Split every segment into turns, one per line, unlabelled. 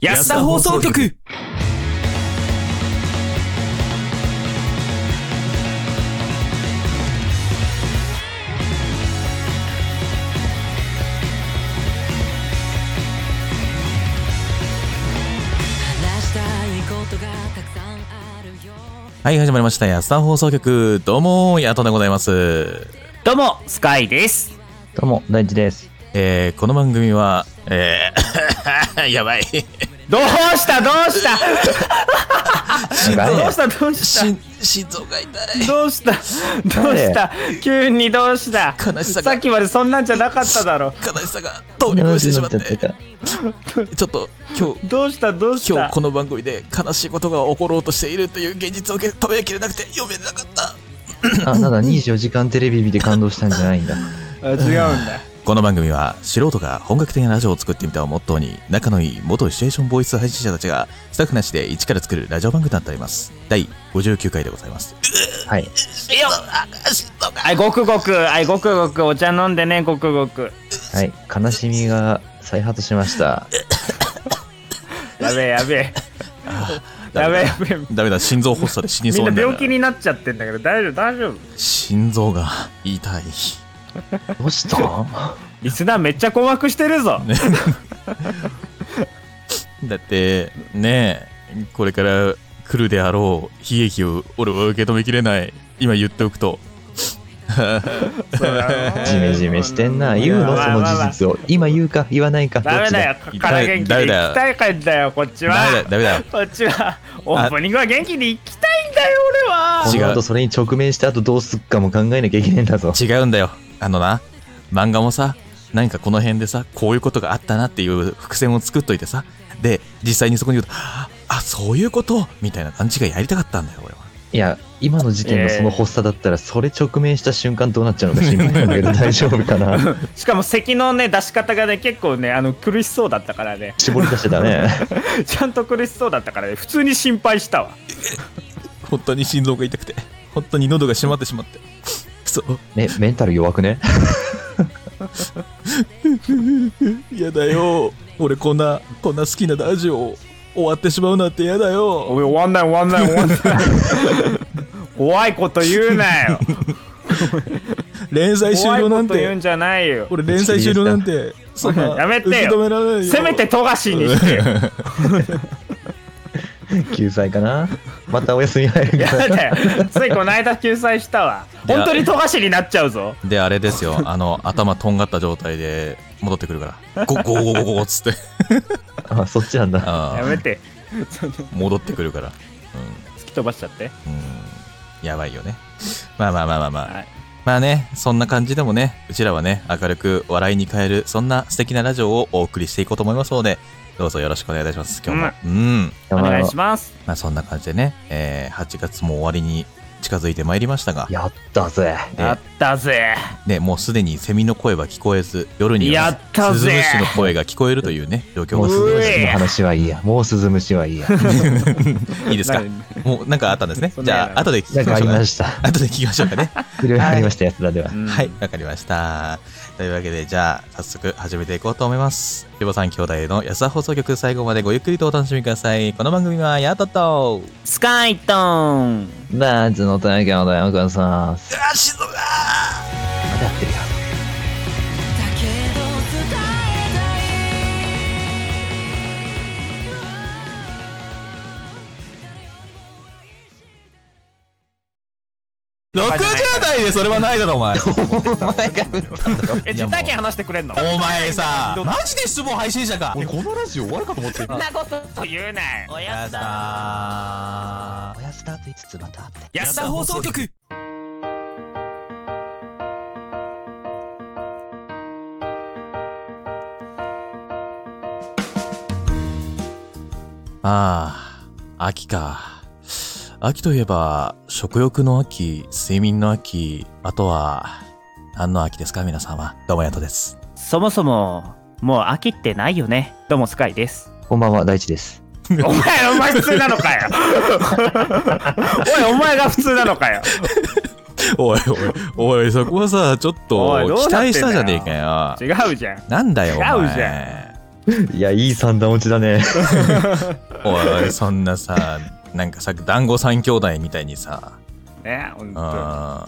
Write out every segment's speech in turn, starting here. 安田放送局
話したいことがたくさんあるよ
はい、始まりました。安田放送局。どうも、ヤトでございます。
どうも、スカイです。
どうも、大地です。
えー、この番組は、えー、 やばい。
どうしたどうした どうしたどう し
心、心臓が痛
たどうしたどうした急にどうした
悲しさが
さっきまでそんなんじゃなかっただろ。
い。悲しさが通り越してしまって。ち
た。
ょっと、今日、
どうしたどうし
今日
た
この番組で悲しいことが起ころうとしているという現実を受け止めきれなくて読めなかった。
あ、なんだ、24時間テレビ見て感動したんじゃない んだ。
あ違うんだ。
この番組は素人が本格的なラジオを作ってみたをモットーに仲のいい元シチュエーションボイス配信者たちがスタッフなしで一から作るラジオ番組となっております第59回でございます
はい。
はい、ごくごく、はい、ごくごく、お茶飲んでね、ごくごく。
はい。悲しみが再発しました。
やべえ、やべえ。 やべえ、やべえ。
ダメだ心臓発作で死に
み
そうんに
な
な
病気
る
になっちゃってんだけど、大丈夫、大丈夫。
心臓が痛い
どうした は
リスナーめっちゃ困惑してるぞ。
だってねえこれから来るであろう悲劇を俺は受け止めきれない今言っておくと
ジメジメしてんな。言うのその事実を。今言うか、言わないか。ど
ダ
っ
メ
ち
だよ
だ。、
から元気で行きたいんだよ、こっち
ダメだ
は。
ダメだ
こっちは、オープニングは元気に行きたいんだよ、俺は。
こ
違う
の後それに直面した後どうすっかも考えなきゃいけないんだぞ。
違うんだよあのな漫画もさ何かこの辺でさこういうことがあったなっていう伏線を作っといてさで実際にそこに言うとああそういうことみたいな感じがやりたかったんだよ俺はい
や、今の時点のその発作だったら、それ直面した瞬間どうなっちゃうのか心配なんだけ ど、大丈夫かな。
しかも、咳のね、出し方がね、結構ね、あの、苦しそうだったからね。
絞り出してた ね。
ちゃんと苦しそうだったからね、普通に心配したわ。
本当に心臓が痛くて本当に喉が締まってしまってくそ
ね、メンタル弱くね。
嫌だよ俺こんなこんな好きなラジオ終わってしまうなんて嫌だよ
おい、終わんない、終わんない、終 わんない。怖いこと言うなよ。
連載
怖いこと言うんじゃないよ。
俺
連載終了なん
てそ
んな やめてよ受け止め
られ
せめて富樫に してよ。
救済かな。またお休み入るか
や
ら。
だよ。ついこの間救済したわ。
で
本当に富樫になっちゃうぞ。
であれですよあの頭とんがった状態で戻ってくるから ゴゴゴゴゴゴっつって
あ、そっちなんだ。
あ
や
あ
めて。
戻ってくるから
突き飛ばしちゃって。
うんやばいよねまあまあまあまあまあ、
はい
まあねそんな感じでもねうちらはね明るく笑いに変えるそんな素敵なラジオをお送りしていこうと思いますのでどうぞよろしくお願いいたします今日もうん
お
やばい
願いします。
まあそんな感じでね、えー8月も終わりに近づいてまいりましたが、
やったぜ。
で
やったぜ。
ね、もうすでにセミの声は聞こえず、夜に
や
は
った
スズ
ぜ
ムシの声が聞こえるというね、状況
もうス
も
ズムシの話はいいや。もうスズムシはいいや。
いいですかもうなんかあったんですね
そ。ん
じ
なや
ゃ
ら
あ、後で聞き
な
ま
んかあ
しょ
り
うか、
ま
ね。
した。
後で聞きましょうかね。
いろいろありました、やつらでは。
はい、わかりました。というわけで、じゃあ、早速始めていこうと思います。リボさん兄弟の安田放送局最後までごゆっくりとお楽しみください。この番組は、やっとっと
スカイトーン。
ダーツの大会をだよ、ください。
あ、静岡
まだやってるよ。
だけど伝えたい
60代でそれはないだろ、お前。
え、実体験話してくれんの
お前さ、マジで失望配信者か。
このラジオ終わるかと思って
そんなこと言うなよ。おやだ。
おやすだと言いつつまたって。
安田放送局
ああ、秋か。秋といえば、食欲の秋、睡眠の秋、あとは、何の秋ですか皆様。どうもやとです。
そもそも、もう秋ってないよね。どうも、スカイです。
こんばんは、大地です。
お前、お前普通なの かよ。おい、お前が普通なのか よ。
おいおい、おい、そこはさ、ちょっ
おいどう
と、
なってんだよ
期待したじゃねえかよ。
違うじゃん。
なんだよ、お
違
前。
うじゃ
いや、いい三段落ちだね。
おいそんなさなんかさ団子三兄弟みたいにさ
ね本当
あ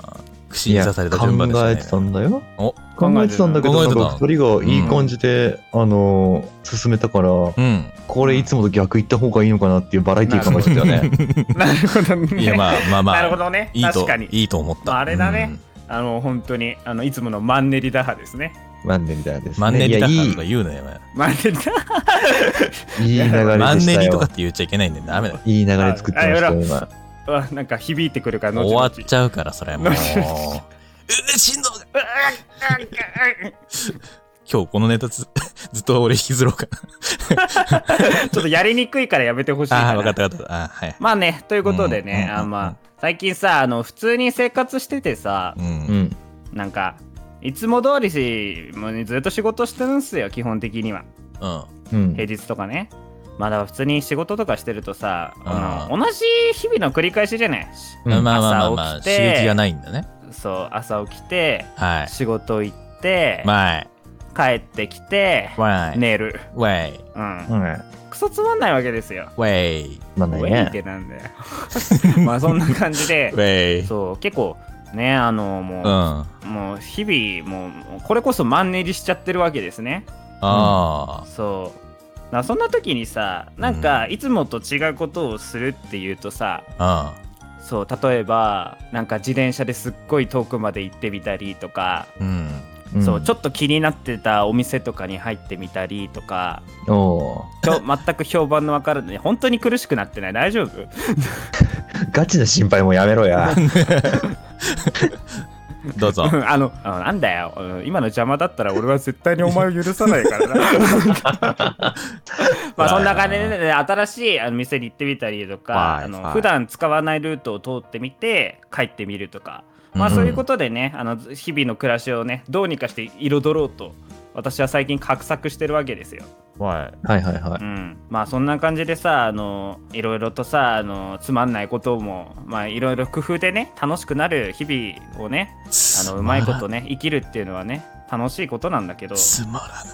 ー串に刺された順番で
考えて
したたね
んだよ。
お
考えてたんだけ
考
ど、
え
な
て
ん
た
か二人がいい感じで、あのー、進めたから、
うん
これいつもと逆行った方がいいのかなっていうバラエティー考えてたよね。
なるほどね
いやまあまあま あ
なるほどね
いい
確
と
かに
いいと思った、
まああれだねあの本当にあのいつものマンネリ打破ですね
マンネリだです、ね。
マンネリだ
いや
と
い
か言うなよお前
マンネリ打破
い、いい流れでしたよ。
マンネリとかって言っちゃいけないんだよダメだよ
いい流れ作ってましたよ、今。
はなんか響いてくるから後々
終わっちゃうからそれもうう
後
ー心臓が
うわなんか
今日このネタずずっと俺引きずろうか
うん ちょっとやりにくいからやめてほしい
なあ
か
あ分かっ
な
た分かったあーはい
まあねということでね、
うん
あ
うん
まあ最近さあの普通に生活しててさ、
うん
うん。
なんかいつも通りしもうねずっと仕事してるんすよ基本的には
うん
うん。
平日とかねまあだから普通に仕事とかしてるとさあ
あー
の同じ日々の繰り返しじゃない
まあまあまあ
朝
まあ
起き
刺
て
激がないんだね
そう朝起きて
はい
仕事行って、
まあ
帰ってきて
わい
寝る
わい
うん
うん。
クソつまんないわけですよ
わい
まあ
ウ
ない
ェイっ
ね。
てなんだよまあそんな感じ で
わいうん
そう結構ねあのもう、
あ
もう日々もうもうこれこそマンネリしちゃってるわけですね
あ
そうだからそんな時にさなんかいつもと違うことをするっていうとさ、
あ
そう例えばなんか自転車ですっごい遠くまで行ってみたりとか、
うん
そうち
ょ
ょっと気になってたお店とかに入ってみたりと か
っと。おー
ちょ全く評判の分からない本当に苦しくなってない大丈夫
ガチな心配もやめろや。
ど うぞ
あのあのなんだようん今の邪魔だったら俺は絶対にお前を許さない からなまあそんな感じで、ね、新しいあの店に行ってみたりとか
はい
あの
はい
普段使わないルートを通ってみて帰ってみるとかまあ
うん
そういうことでね、あの日々の暮らしをねどうにかして彩ろうと私は最近画策してるわけですよ。
わ
はいはいは
う
い。
ん、まあそんな感じでさあのいろいろとさあのつまんないこともまあいろいろ工夫でね楽しくなる日々をね
い
あ
つ
の
ら
うまいことね生きるっていうのはね楽しいことなんだけど
つまらない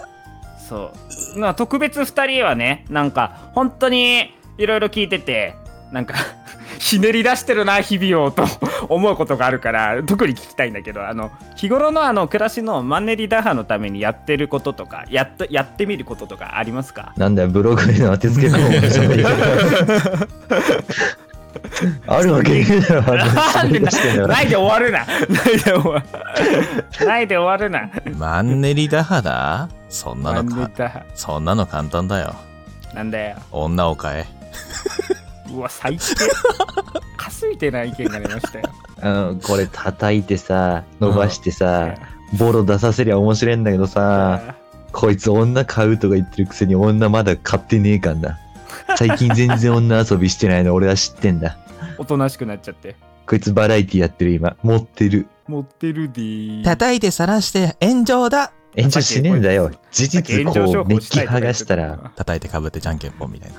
そう、まあ、特別2人はねなんか本当にいろいろ聞いててなんか ひねり出してるな日々をと 思うことがあるから特に聞きたいんだけどあの日頃のあの暮らしのマンネリ打破のためにやってることとかやっとやってみることとかありますか
なんだよ、ブログへの当てつけコーナーじゃないよあるわけねえだろ、あ
なんんで
な
な
話してんだから
ないで終わるなないで終わるないで終わるな
マンネリだ肌そんな
マ
の
ン
か
ネリ打破
そんなの簡単だよ
なんだよ
女を買え
うわ最低かすみてない意見が出ましたよ
うん、これ叩いてさ、伸ばしてさ、ボロ出させりゃ面白いんだけどさ、こいつ女買うとか言ってるくせに女まだ買ってねえかんだ。最近全然女遊びしてないの俺は知ってんだ。
おとなしくなっちゃって
こいつバラエティやってる今。持ってる。
持ってるでー
叩いて晒して炎上だ
炎上しねえんだよ。事実こう、メッキ剥がしたら、
叩いてかぶってじゃんけんぽんみたい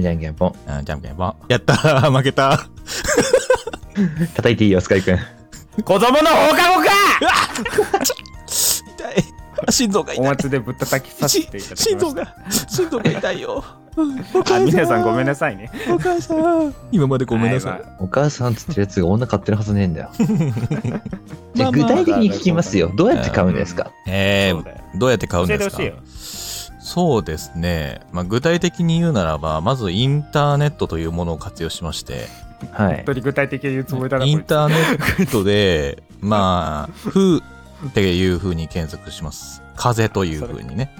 じゃんけんぽん。
なうんじゃんけんぽんやったー 負けた
叩いていいよ、スカイくん。
子供の放課後か
痛い 心臓が
お
痛い
祭りでぶったたきさせていただきました
心臓が心臓が痛いよ
あ皆さんごめんな
さ
さいね
いお母さん今までごめんなさ
はいまあ
お母さんっつってるやつが女買ってるはずねえんだよ。じゃあ具
まあま
体
あ
的に聞きますよ。どうやって買うんですか
え
そうだよ
ー、どうやって買うん
教えて
で
ほ
すか
しいよ
そうですね、まあ、具体的に言うならばまずインターネットというものを活用しまして
はい
本。当に具体的に言うつもりだな
イ
こ
ン
いつ
ターネッ トでまあ「ふ」っていうふうに検索します「風」というふうにね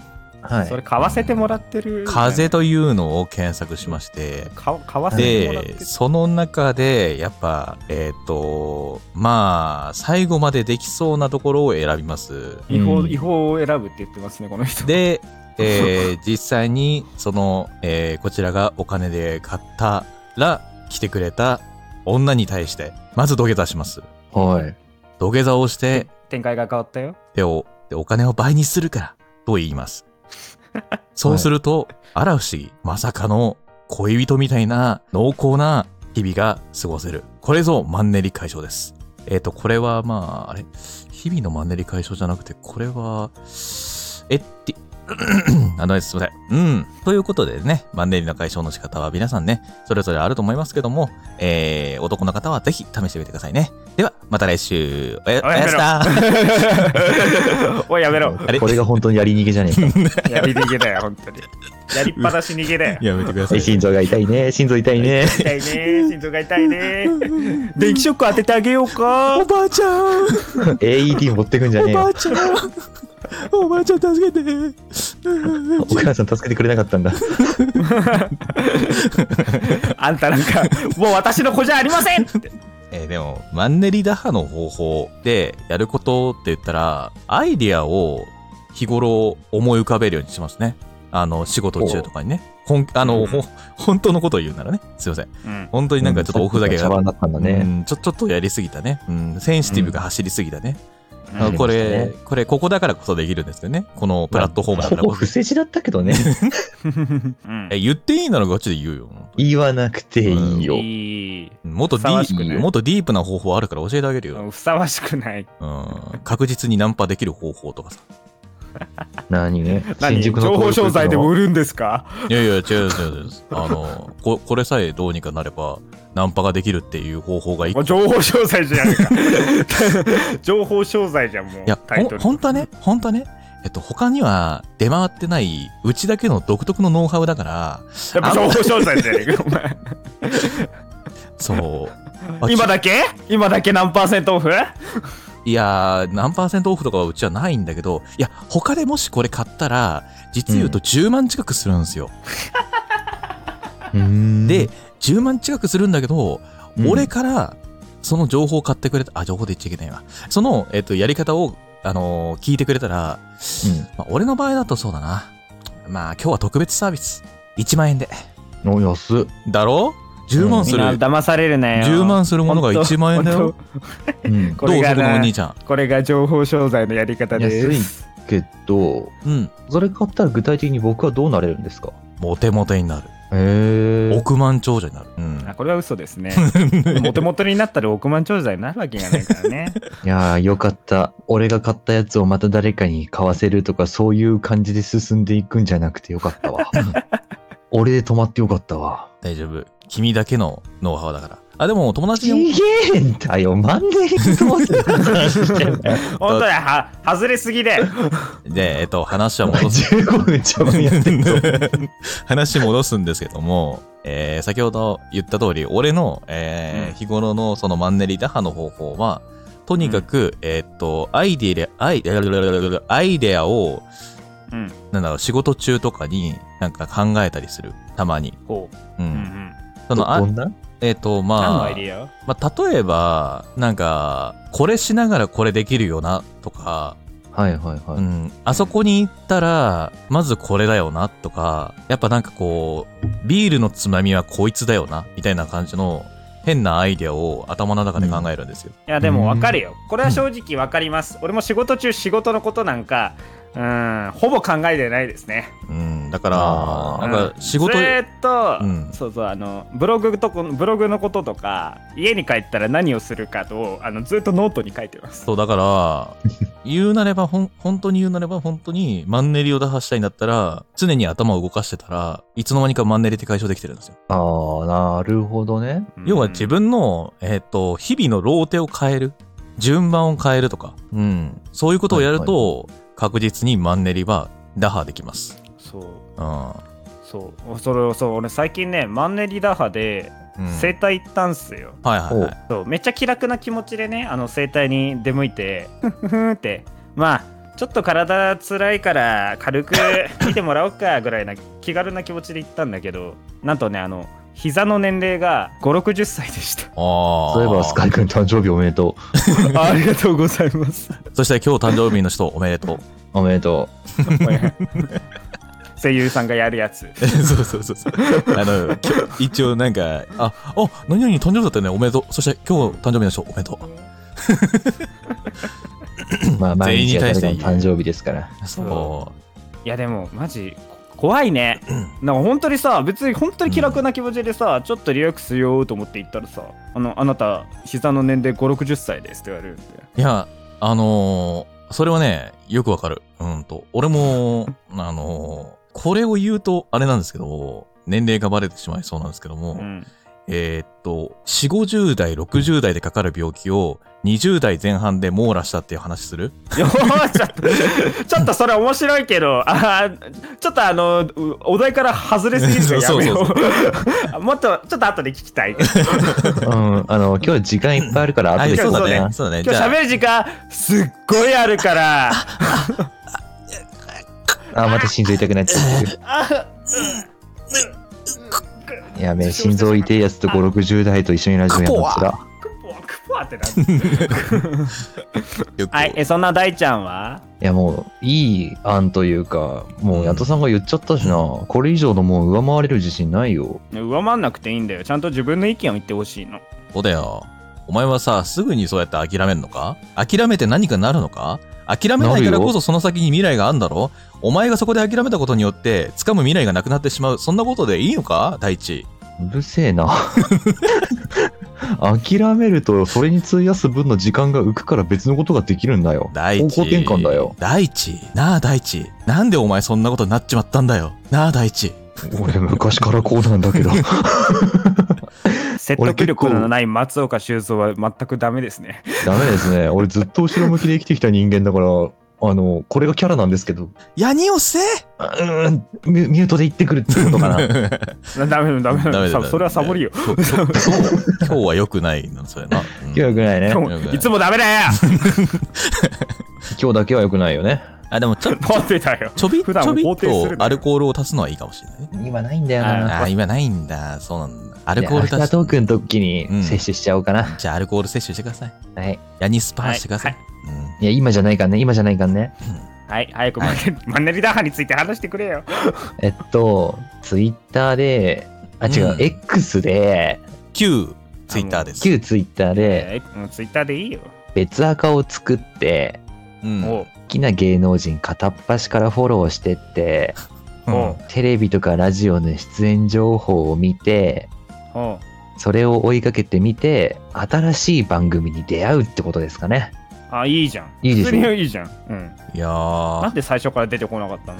はい
そ。れ買わせてもらってる
「風」というのを検索しまして
か買わせてもらってる
でその中でやっぱえっ、とまあ最後までできそうなところを選びます
違法
うん
違法を選ぶって言ってますねこの 人
で、えー実際にその、えーこちらがお金で買ったら来てくれた女に対してまず土下座します
はい。
土下座をして
展開が変わったよ
手をでお金を倍にするからと言い ますそうすると、あら不思議まさかの恋人みたいな濃厚な日々が過ごせるこれぞマンネリ解消ですえっ、とこれはまああれ日々のマンネリ解消じゃなくてこれはえってう あの、すいません。うん。ということでね、マンネリの解消の仕方は皆さんね、それぞれあると思いますけども、えー、男の方はぜひ試してみてくださいね。では、また来週。おや、お
おい
や
やめ
す
ろ
だ
おいやめろ
れ
これが本当にやり逃げじゃねえか。
やり逃げだよ本当にやりっぱなし逃げだよ
やめてください。
心臓が痛いね。心臓痛いね。
痛いね心臓が痛いね電気ショック当ててあげようか
おばあちゃん
AED 持ってくんじゃねえ よ。
ちゃんおばあちゃん助けて
お母さん助けてくれなかったんだ。
あんたなんかもう私の子じゃありませんって
えーでも、マンネリ打破の方法でやることって言ったら、アイディアを日頃思い浮かべるようにしますね。あの、仕事中とかにね。ほん、あの、ほん本当のことを言うならね。すいません。
うん
本当になんかちょっとおふざけ
茶
が。
番だったんだ
う
ね。
んちょちょっとやりすぎたね、うん、センシティブが走りすぎたね、
うん
あのこ
走りま
れ
し
これここだからこそできるんですよねこのプラットフォームだ
ほ
から
ぼ
こそ
不、正字だったけどね。
うん
え言っていいならガチで言うよ
言わなくていいよ。
いい
もっとディ
ふさわしく
ー
ない
もっとディープな方法あるから教えてあげるよ、
ふさわしくない
うん、確実にナンパできる方法とかさ
何ね。
何情報商材でも売るんですか
いやいや、違う 違う違う。あの、ここれさえどうにかなれば、ナンパができるっていう方法がいい。い
情報商材じゃねえか情報商材じゃんもう
や、
タイト
ほん
ル
本当はね、本当はね、えっと、他には出回ってないうちだけの独特のノウハウだから、
やっぱ情報商材じゃねえかお前
そう。あ
今
ち
だけ今だけ何パーセントオフ
いやー、何パーセントオフとかはうちはないんだけど、いや、他でもしこれ買ったら、実言うと10万近くするんですよ。で、、10万近くするんだけど、
うん
俺からその情報を買ってくれた、あ、情報で言っちゃいけないわ。その、えっと、やり方を、あのー聞いてくれたら、まあ、俺の場合だとそうだな。まあ、今日は特別サービス。1万円で。
うん。お、安っ。
だろ ?10 万する。
騙されるな
10万するものが
ほんと
1万円だよ。
うん
ど
こ
う
れ
そ
が
このお
な
兄ちゃ
これが情報商材のやり方です
安いけど、
ん。うん。
それ買ったら具体的に僕はどうなれるんですか
モテモテになる。
へえ。
億万長者になる。うん
あ。これは嘘です ねモテモテになったら億万長者になるわけがないから ね
いやーよかった。俺が買ったやつをまた誰かに買わせるとか、そういう感じで進んでいくんじゃなくてよかっ たわ。俺で止まってよかったわ。
大丈夫。君だけのノウハウだから。あ、でも友達
ち
にも
げえんだよ。マンネリに止まってる話してん だよ
本当だは外れすぎだよ
で、えっと、話は
お前
戻 す。
15分茶番やってるぞ。
話戻すんですけども、えー先ほど言った通り、俺の、え
う
ー
ん
日頃のそのマンネリ打破の方法は、とにかく、えーっと、アイディア、アイアイデアを、
うん
なんだろう、仕事中とかになんか考えたりする。たまに。
こう
う
う
ん。
んうん
その、
ど
あ
んな
えーっ
何
と、
の
ま
ア
あ
イ、ディア
まあ、例えば、なんか、これしながらこれできるよな、とか、
はいはいはい。
うん、あそこに行ったら、まずこれだよなとか、やっぱなんかこう、ビールのつまみはこいつだよな、みたいな感じの変なアイデアを頭の中で考えるんですよ。
いやでも分かるよこれは正直分かります俺も仕事中仕事のことなんかうんほぼ考えてないですね
うん、だか
あ
ら、
ー
なんか仕事、
ずーっと、
うん
そうそうあのブログとこブログのこととか家に帰ったら何をするかとあのずっとノートに書いてます
そうだから、言うなればほん、 本当に言うなれば本当にマンネリを打破したいんだったら、常に頭を動かしてたらいつの間にかマンネリって解消できてるんですよ。
あー、なるほどね。
要は自分の、えっ、と、日々のローテを変える。順番を変えるとか。うん。そういうことをやると、確実にマンネリは打破できま
う
す。
んそう
うん。
そうそれをそう俺最近ねマンネリ打破で
うん
整体行ったんすよ、
はいはいはい。
そうめっちゃ気楽な気持ちでねあの整体に出向いてふんふんふんってまあちょっと体つらいから軽 く見てもらおうかぐらいな気軽な気持ちで行ったんだけどなんとねあの膝の年齢が560歳でした
ああ。
そういえば、スカイ君誕生日おめでと
あありがとうございます。
そして今日誕生日の人、おめ でとう。
う。おめでと
声優さんがやるやつ。
そうそうそうそう。あの、きょ一応なんか、あ、あ、何々誕生日だったよね、おめでとう。そして今日誕生日の人、おめでと
う。まあ、
全
毎
員
日
に
が
対
誰
して
か
言
の
う
誕生日ですから。
う。そ
いやでもマジ怖いね。なんか本当にさ別に本当に気楽な気持ちでさ、ちょっとリラックスしようと思って行ったらさ「あのあなた膝の年齢5 6 0歳です」って言われるんで
う。いや、あのーそれはね、よくわかる。うんと、俺も、あの、これを言うと、あれなんですけど、年齢がバレてしまいそうなんですけども、
うん
えーっと、4、50代、60代でかかる病気を20代前半で網羅したっていう話する
よーちょっと、ちょっとそれ面白いけど、あーちょっとあの、うお題から外れすぎるからやめよ。
そうそう
もっと、ちょっと後で聞きたい。今
うん、あ の、今日時間いっぱいあるから、
あ
後で
そ
聞
う
こ
だ
う
ね
ね。
そうだね。
日
じゃあ、
喋る時間、すっごいあるから。
あ、また心臓痛くなっちゃ う。やべえ、心臓痛いやつと5、60代と一緒にラジオやるのつら。
クポクポってなる
よく
はい、え、そんな大ちゃんはい
や、もう、いい案というか、もう、ヤトさんが言っちゃったしな、これ以上のもう上回れる自信ないよ。
上回んなくていいんだよ。ちゃんと自分の意見を言ってほしいの。
そうだよ。お前はさ、すぐにそうやって諦めんのか諦めて何かなるのか諦めないからこそその先に未来があんだろお前がそこで諦めたことによって、掴む未来がなくなってしまう。そんなことでいいのか大地。
うるせえな。 諦めると、それに費やす分の時間が浮くから別のことができるんだよ。
大地。
方向転換だよ。
大地。なあ、大地。なんでお前そんなことになっちまったんだよ。なあ、大地。
俺、昔からこうなん だけど。
説得力のない松岡修造は全くダメですね。
ダメですね。俺ずっと後ろ向きで生きてきた人間だから、あの、これがキャラなんですけど、
やにをせ
うーん、ミュミュートで言ってくるってことかな。
ダメだダメ
ダメ
だ
だ
さ。それはサボりよ。
今日今日今日は良くないの、それな。うん
今日は良くないね。
今日いつもダメだよ
今日だけは良くないよね。
あ、で もちょ、
なんでだよ。
ちょび、ち
普段
ょ
を
び
肯
っ
定するな
とアルコールを足すのはいいかもしれないね。
今ないんだよな。
あー、今ないんだ。そうなんだ。ア
ア
ルコール
アフタートークの時に
うん
摂取しちゃおうかな。
じゃあアルコール摂取してください。
はい。
ヤニスパーしてください。
は
いや、今じゃないかんね。今じゃないかんね。
はい、早くマンネリ マンネリ打破について話してくれよ。
えっと、ツイッターで、あ、違う、
うん
X で、
うん。旧ツイッターです。
旧ツイッターで、
えーもうツイッターでいいよ。
別アカを作って、
うん。
おう
好きな芸能人片っ端からフォローしてって、
うん
おう
テレビとかラジオの出演情報を見て、
おう
それを追いかけてみて、新しい番組に出会うってことですかね。
あ、いいじゃん。
いいでし
普
ょ
通にいいじゃん。うん。
いや
な
ー
ん、で最初から出てこなかったの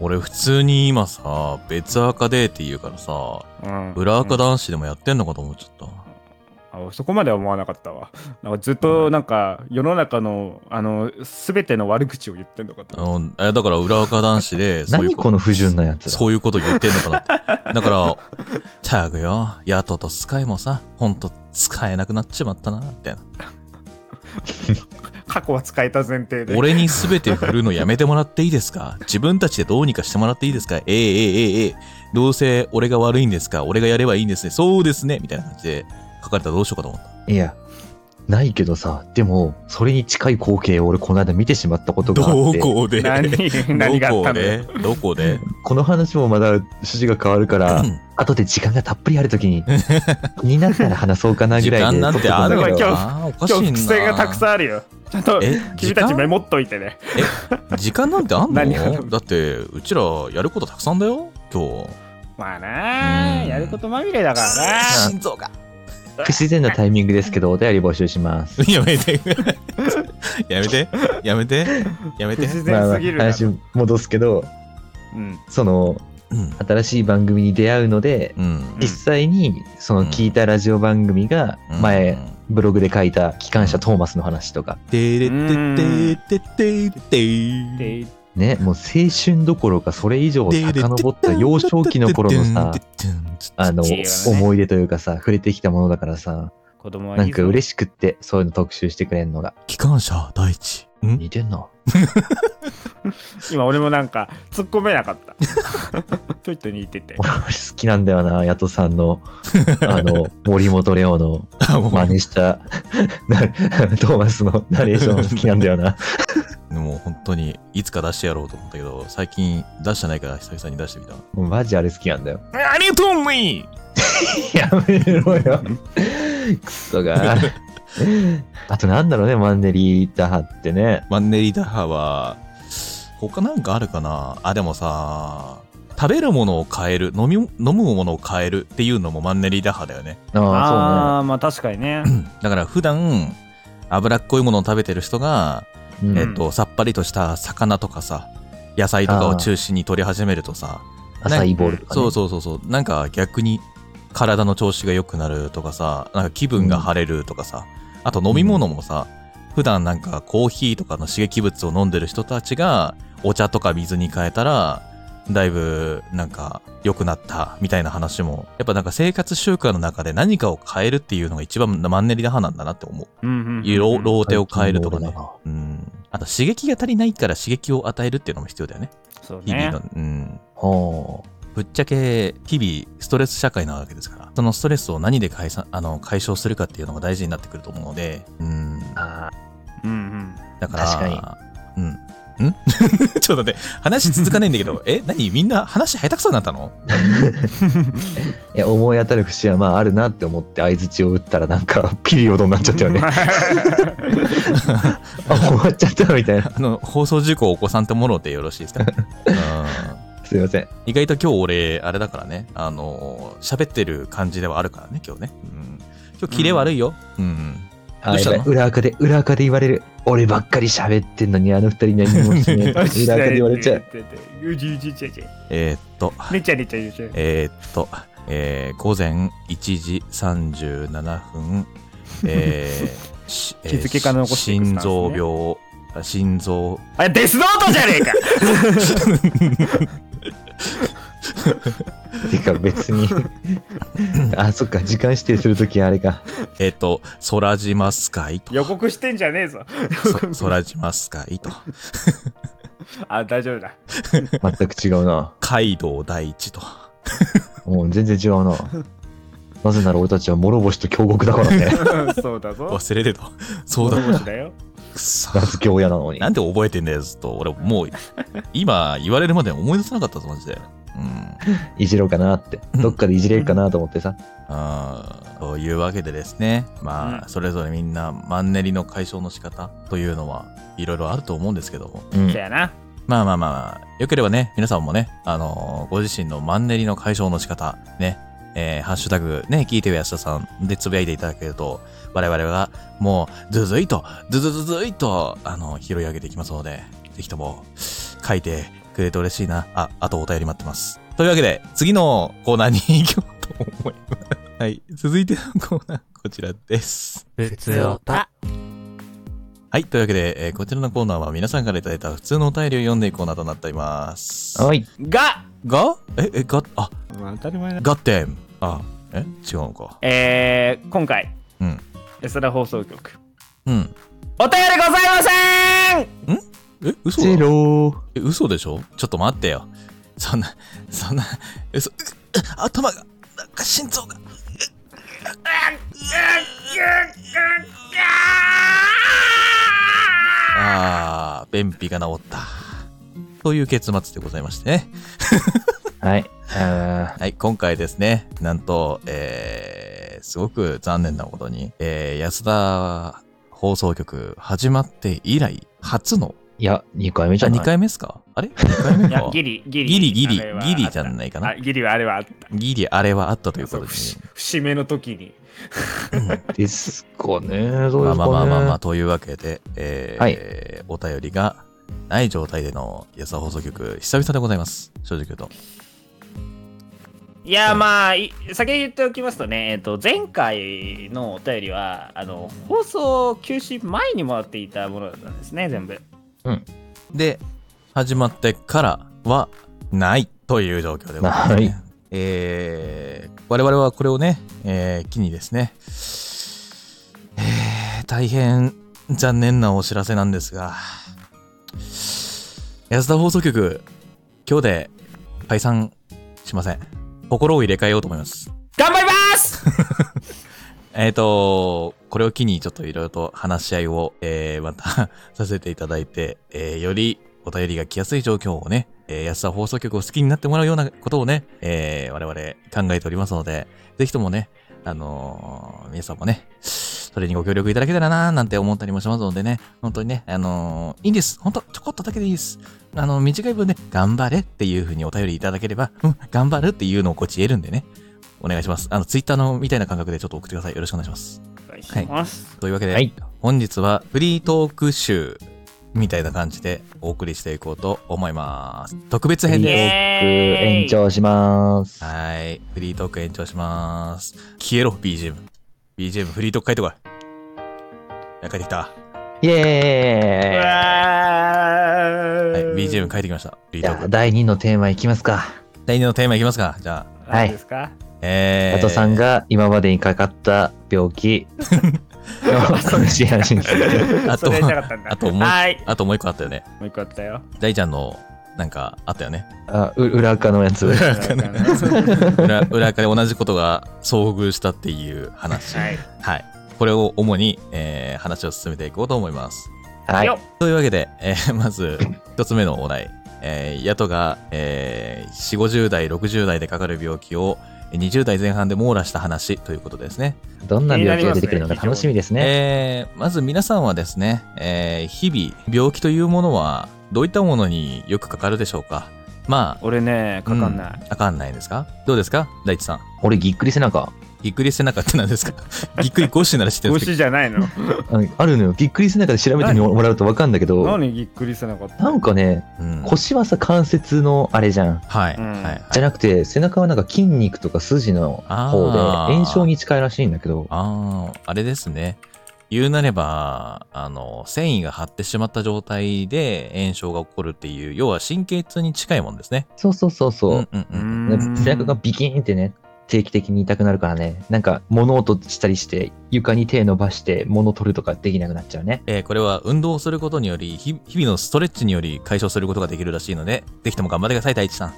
俺普通に今さ、別アカでって言うからさ、
うん。
裏アカ
だ。
男子でもやってんのかと思っちゃった。
あそこまでは思わなかったわ。なんかずっとなんか世の中のあの全ての悪口を言ってんのかと思っ
うん、えだから裏アカ男子で、そうい
何
うこ
この不純なやつ。
そういうこと言ってんのかなって。だ から、タグよ、ヤトとスカイもさ、ほんと使えなくなっちまったな、みたいな。
た。過去は使えた前提で。
俺に全て振るのやめてもらっていいですか自分たちでどうにかしてもらっていいですかええええええええどうせ俺が悪いんですか俺がやればいいんですねそうですねみたいな感じで書かれたらどうしようか と思った。
いや、ないけどさ、でも、それに近い光景を俺この間見てしまったことがあ
ど
って、
こで
何 何があ
ど
っ
こ
たのよ
でどこで
この話もまだ趣旨が変わるから
うん、
後で時間がたっぷりあるとき に、気になったら話そうかなぐ
時
らいで。
間なんてある
の
撮っ
よ
とくんだけど
な。おかし
今
い
日
な。
伏線がたくさんあるよ。ちゃんと
え
君た
時
ち
間
メモっといてね。
時間なんてあん
何がある
のだって、うちらやることたくさんだよ今
まあなあ
うん
やることまみれだからな
日。
あ
心臓が。
不自然なタイミングですけど、お便り募集します。
やめて。 やめて。やめて。やめ
不
て。
自
まあ
然
まあ
すぎるな。
話戻すけど、
うん。
その、
うん。
新しい番組に出会うので、
うん。
実際に、その聞いたラジオ番組が、前、
うん
ブログで書いた機関車トーマスの話とか、
てれてててててー
で、
ね、もう青春どころかそれ以上遡った幼少期の頃のさ、あの
いいよね、
思い出というかさ、触れてきたものだからさ、
子供はいい
なんか
し
嬉しくって、そういうの特集してくれんのが。
機関車大地。ん
似てんな。
い。今俺もなんか突っ込めなかった。ちょいと似てて。
俺好きなんだよな、ヤトさんの、あの、森本レオの
あもう
真似した、なトーマスのナレーション好きなんだよな。
もう本当に、いつか出してやろうと思ったけど、最近出してないから久々に出してみた。
もうマジあれ好きなんだよ。
ありがとうもい
やめろよ。クソが。あとなんだろうね、マンネリ打破ってね。
マンネリ打破は、他なんかあるかなあ、でもさ、食べるものを変える、飲み、飲むものを変えるっていうのもマンネリ打破だよね。
ああ、
あー、まあ確かにね。
だから普段、脂っこいものを食べてる人が、
うん
えっと、さっぱりとした魚とかさ、野菜とかを中心に取り始めるとさ、
浅いボールとか、ね。
そうそうそうそう、なんか逆に体の調子が良くなるとかさ、なんか気分が晴れるとかさ、あと飲み物もさ、普段なんかコーヒーとかの刺激物を飲んでる人たちが、お茶とか水に変えたら、だいぶなんか良くなったみたいな話も、やっぱなんか生活習慣の中で何かを変えるっていうのが一番マンネリな派なんだなって思う。
うん
ロローテを変えるとか
最
ね
近。の
うん。あと刺激が足りないから刺激を与えるっていうのも必要だよね。
そう
日々
ね
の。うん。
俺だな。
ぶっちゃけ、日々、ストレス社会なわけですから、そのストレスを何で解散あの解消するかっていうのが大事になってくると思うので、うん。
ああ
うんうん
だから、
確
に。うん。ん ちょっと待って、話続かないんだけど、え、何みんな話下手くそになったの
いや思い当たる節はまああるなって思って相槌を打ったらなんかピリオドになっち ゃったよね あ終わっちゃったみたいな
あの、放送事故をお子さんってもろてよろしいですかうん。
すいません
意外と今日俺、あれだからね、あのー、喋ってる感じではあるからね、今日ね。うん、今日、キレ悪いよ。うん。ど
あ
うしたの
やばい裏垢で裏垢で言われる俺ばっかり喋ってんのにあの二人何もしてね裏垢で言われちゃう。
うじうじうじうじ。
えーっと、
めちゃめちゃ言うちゃう。
えーっと、えー、午前1時37分、え ー、しえー
日付から残していくスタン
心
スね
臓病、あ心臓、
あ、デスノートじゃ ねえか
てか別 にあそっか時間指定するときあれか
えーっと、空島スカイと、
予告してんじゃねえぞ。
そ空島スカイと、
あ、大丈夫だ。
全く違うな
海道大地と、
もう全然違うななぜなら俺たちは諸星と峡谷だから ね
そうだぞ。
忘れてた。そうだ、
そうだよ。
くそ。
名付け親なのに
なんで覚えてんだよ、ずっと。俺、もう、今、言われるまで思い出さなかったぞ、マジで。うん。
いじろうかなってどっかでいじれるかなと思ってさ
あーというわけでですね、まあ、
うん
それぞれみんな、マンネリの解消の仕方というのは、いろいろあると思うんですけども。
うん
そやな。
まあまあまあ、よければね、皆さんもね、あのーご自身のマンネリの解消の仕方、ね、えーハッシュタグ、ね、聞いてよ安田さんでつぶやいていただけると、我々が、もう、ずずいと、ずずずずいと、あの、拾い上げていきますので、ぜひとも、書いてくれると嬉しいな。あ、あとお便り待ってます。というわけで、次のコーナーに行こうと思います。はい、続いてのコーナー、こちらです。はい。というわけで、えーこちらのコーナーは皆さんからいただいた普通のお便りを読んでいくコーナーとなっております。
はい
が、
がえ、え、が、あ、
当たり前だ。
ガッテン。あ、え違うのか。
えー、今回、
うん。
エスラ放送局。
うん。
お便りございません
え、嘘
ゼ
だ
ロー
え、嘘でしょちょっと待ってよ。そんな、そんな、嘘、うう頭が、なんか心臓が。ああ、便秘が治った。という結末でございましてね。
はいあ
はい、今回ですね、なんと、えー、すごく残念なことに、えー、安田放送局始まって以来、初の、
ーいや2回目じ
あ、
ゃない
2回目ですかあれ ?2 回目
いや
か、
ギリ、ギリ。
ギリギリ
あれは
ギリじゃないかな
あギリはあれはあった。
ギリあれはあったということで
節
す
節目の時に。
ですかねどう
ま
で
あ
すかね
まあまあまあまあ、というわけで、えー
はい
お便りがない状態での安田放送局、久々でございます。正直言うと。
いやまあい先に言っておきますとね、えっと前回のお便りはあの放送休止前にもらっていたものだったんですね全部
で、始まってからはないという状況でございます、ね。
はい
えー我々はこれをね、えー機にですね、えー大変残念なお知らせなんですが、安田放送局、今日で解散しません。心を入れ替えようと思います。
頑張ります
えっ、と、これを機にちょっといろいろと話し合いを、えー、またさせていただいて、えー、よりお便りが来やすい状況をね、えー、安田放送局を好きになってもらうようなことをね、えー、我々考えておりますので、ぜひともね、あのー皆さんもね、それにご協力いただけたらなーなんて思ったりもしますのでね、本当にね、あのーいいんです。本当ちょこっとだけでいいです。あの、短い分ね、頑張れっていうふうにお便りいただければ、うん、頑張るっていうのをこっち言えるんでね、お願いします。あの、ツイッターのみたいな感覚でちょっと送ってください。よろしくお願いします。
お願いします
というわけで、
はい
本日はフリートーク集みたいな感じでお送りしていこうと思います。特別
フ
編
リート
です。
ーク延長します。
はい。フリートーク延長します。消えろ、BGM。BGM、フリートーク書いてこい。いや、書いてきた。は、
イエ
はい
BGM 書いてきました。フリ
ーイじ
ート
ゃ
ー
あ、
ク。
第2のテーマいきますか。
来年のテーマいきますかじゃあ。
はい。ですか
えー。
加藤さん。が今までにかかった病 気のシェアします
あと
それやりたかったんだ
あともう
はい。
あともう一個あったよね。
もう一個あったよ。
大ちゃんの、なんか、あったよね。
あ、う裏垢のやつ。
裏、裏垢で同じことが遭遇したっていう話。
はい。
はい。これを主に、えー話を進めていこうと思います。
はい。
よ
というわけで、えー まず、一つ目のお題。えー、ヤトが、えー、4、50代、60代でかかる病気を、えー20代前半で網羅した話ということですね。
どんな病気が出てくるのか楽しみですね。
えーまず皆さんはですね、えー日々、病気というものは、どういったものによくかかるでしょうかま
俺ね、
あ、
かかんない。
い。かかんないですかどうですか大地さん。
俺ぎっくり背中。
ぎっくり背中って何ですか ぎっくり腰なら知ってる
帽
んで
子
すけど
じゃないの。
うんあるのよ。ぎっくり背中で調べてみもらうとわかるんだけど、
何ぎっくりせなかった
なんかね、
うんはい、
腰はさ関節のあれじゃん。
はい、
うん
はい。
じゃなくて背中はなんか筋肉とか筋の
あー
方で炎症に近いらしいんだけど、
ああ、あれですね。言うなれば、あの、繊維が張ってしまった状態で炎症が起こるっていう、要は神経痛に近いもんですね。
そうそうそうそう。
んうん
う
うん。
ね
ん
背中がビキーンってね定期的に痛くなるからねなんか物音したりして床に手伸ばして物取るとかできなくなっちゃうね
えーこれは運動をすることにより、ひ日々のストレッチにより解消することができるらしいので、ぜひとも頑張ってください、太一さん。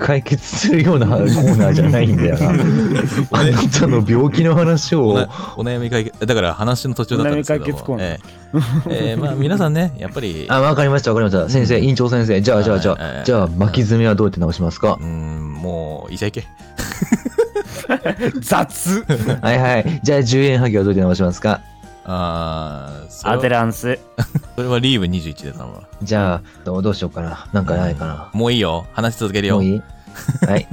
解決するようなコーナーじゃないんだよ なあなたの病気の話
お
を
なお悩み解決、だから話の途中だったんですけど
お悩
も。
み解決コーナー
えーえーまあ皆さ んね、やっぱり、
あわかりましたわかりました先生院長先生じゃあじゃあじゃ
はいはいは
あ
い
じゃあ巻き爪はどうやって直します か
うーん、もう、医者行け。
雑
はいはいじゃあ10円はぎはどうやって直しますか
ああ、それ
アデ
は
ランス。
それはリーブ21で頼むわ。
じゃあどうどうしようかななんかないかな、
もういいよ。話し続けるよ。
もういいはい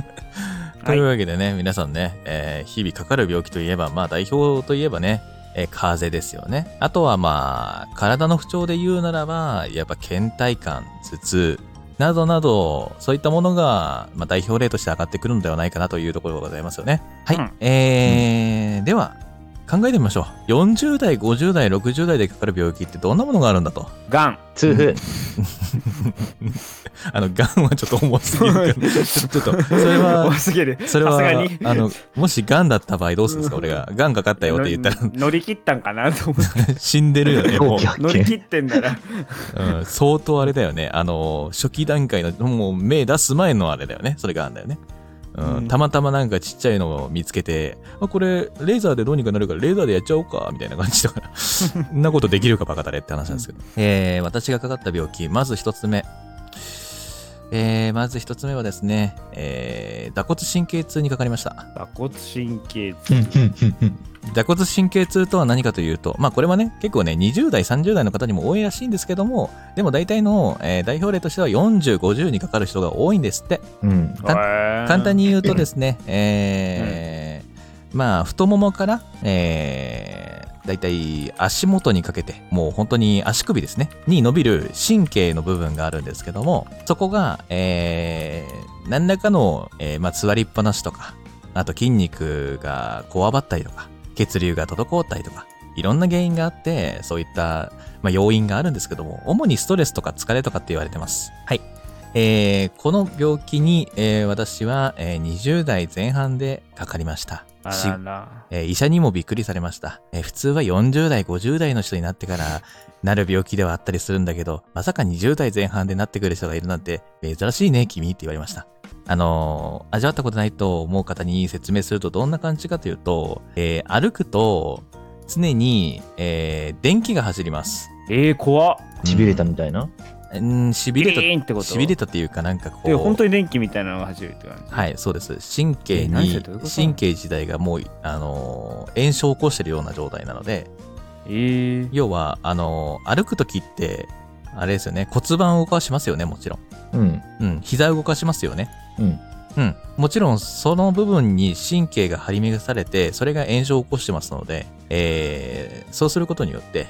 というわけでね、皆さんね、えー日々かかる病気といえば、まあ代表といえばね、えー風邪ですよね。あとはまあ、体の不調で言うならば、やっぱ倦怠感、頭痛、などなど、そういったものが、まあ、代表例として上がってくるのではないかなというところがございますよね。はい。
うん
えーでは、考えてみましょう。40代、50代、60代でかかる病気ってどんなものがあるんだと。
ガン。
痛風
あの、癌はちょっと重すぎるから、ちょっと、それは
多、すぎる。
それは
さすがに、
あの、もし癌だった場合どうするんですか俺が。癌かかったよって言ったら、
の乗り切ったんかなと思って。
死んでるよ ね。
早
も う
期、発
乗り
見
切ってんだら。
うん、相当あれだよね。あの、初期段階の、もう目出す前のあれだよね。それがあんだよね。うん
うん
たまたまなんかちっちゃいのを見つけて、あ、これ、レーザーでどうにかなるから、レーザーでやっちゃおうか、みたいな感じだから、 そんなことできるかバカだれって話なんですけど。えー、私がかかった病気、まず一つ目。えー、まず一つ目はですね、えー、打骨神経痛にかかりました。
座骨神経痛。
うんうんうんうん
座骨神経痛とは何かというと、まあこれはね、結構ね、20代、30代の方にも多いらしいんですけども、でも大体の、えー代表例としては40、50にかかる人が多いんですって。
うん
かん簡
簡
単に言うとですね、えーまあ太ももから、えー、大体足元にかけて、もう本当に足首ですね、に伸びる神経の部分があるんですけども、そこが、えー何らかの、えーまあ、座りっぱなしとか、あと筋肉がこわばったりとか、血流が滞ったりとか、いろんな原因があって、そういった、まあ、要因があるんですけども、主にストレスとか疲れとかって言われてます。はい。えーこの病気に、えー私は、えー20代前半でかかりました。
あ
し
らら。
えー医者にもびっくりされました、えー普通は40代、50代の人になってからなる病気ではあったりするんだけど、まさか20代前半でなってくる人がいるなんて珍しいね、君って言われました。あのー味わったことないと思う方に説明するとどんな感じかというと、えー歩くと常に、えー電気が走ります。
えー、怖っ。
しびれたみたいな
うん、しびれた
ビーンってこと
しびれたっていうかなんかこう。
で、本当に電気みたいなのが初めて感じ。
はい、そうです。神経
え何
に、
それどういうこと
神経自体がもう、あのー炎症を起こしてるような状態なので、
えー。
要は、あのー歩くときって、あれですよね、骨盤を動かしますよね、もちろん。
うん
うん、膝を動かしますよね。
うん
うん、もちろん、その部分に神経が張り巡らされて、それが炎症を起こしてますので、えーそうすることによって、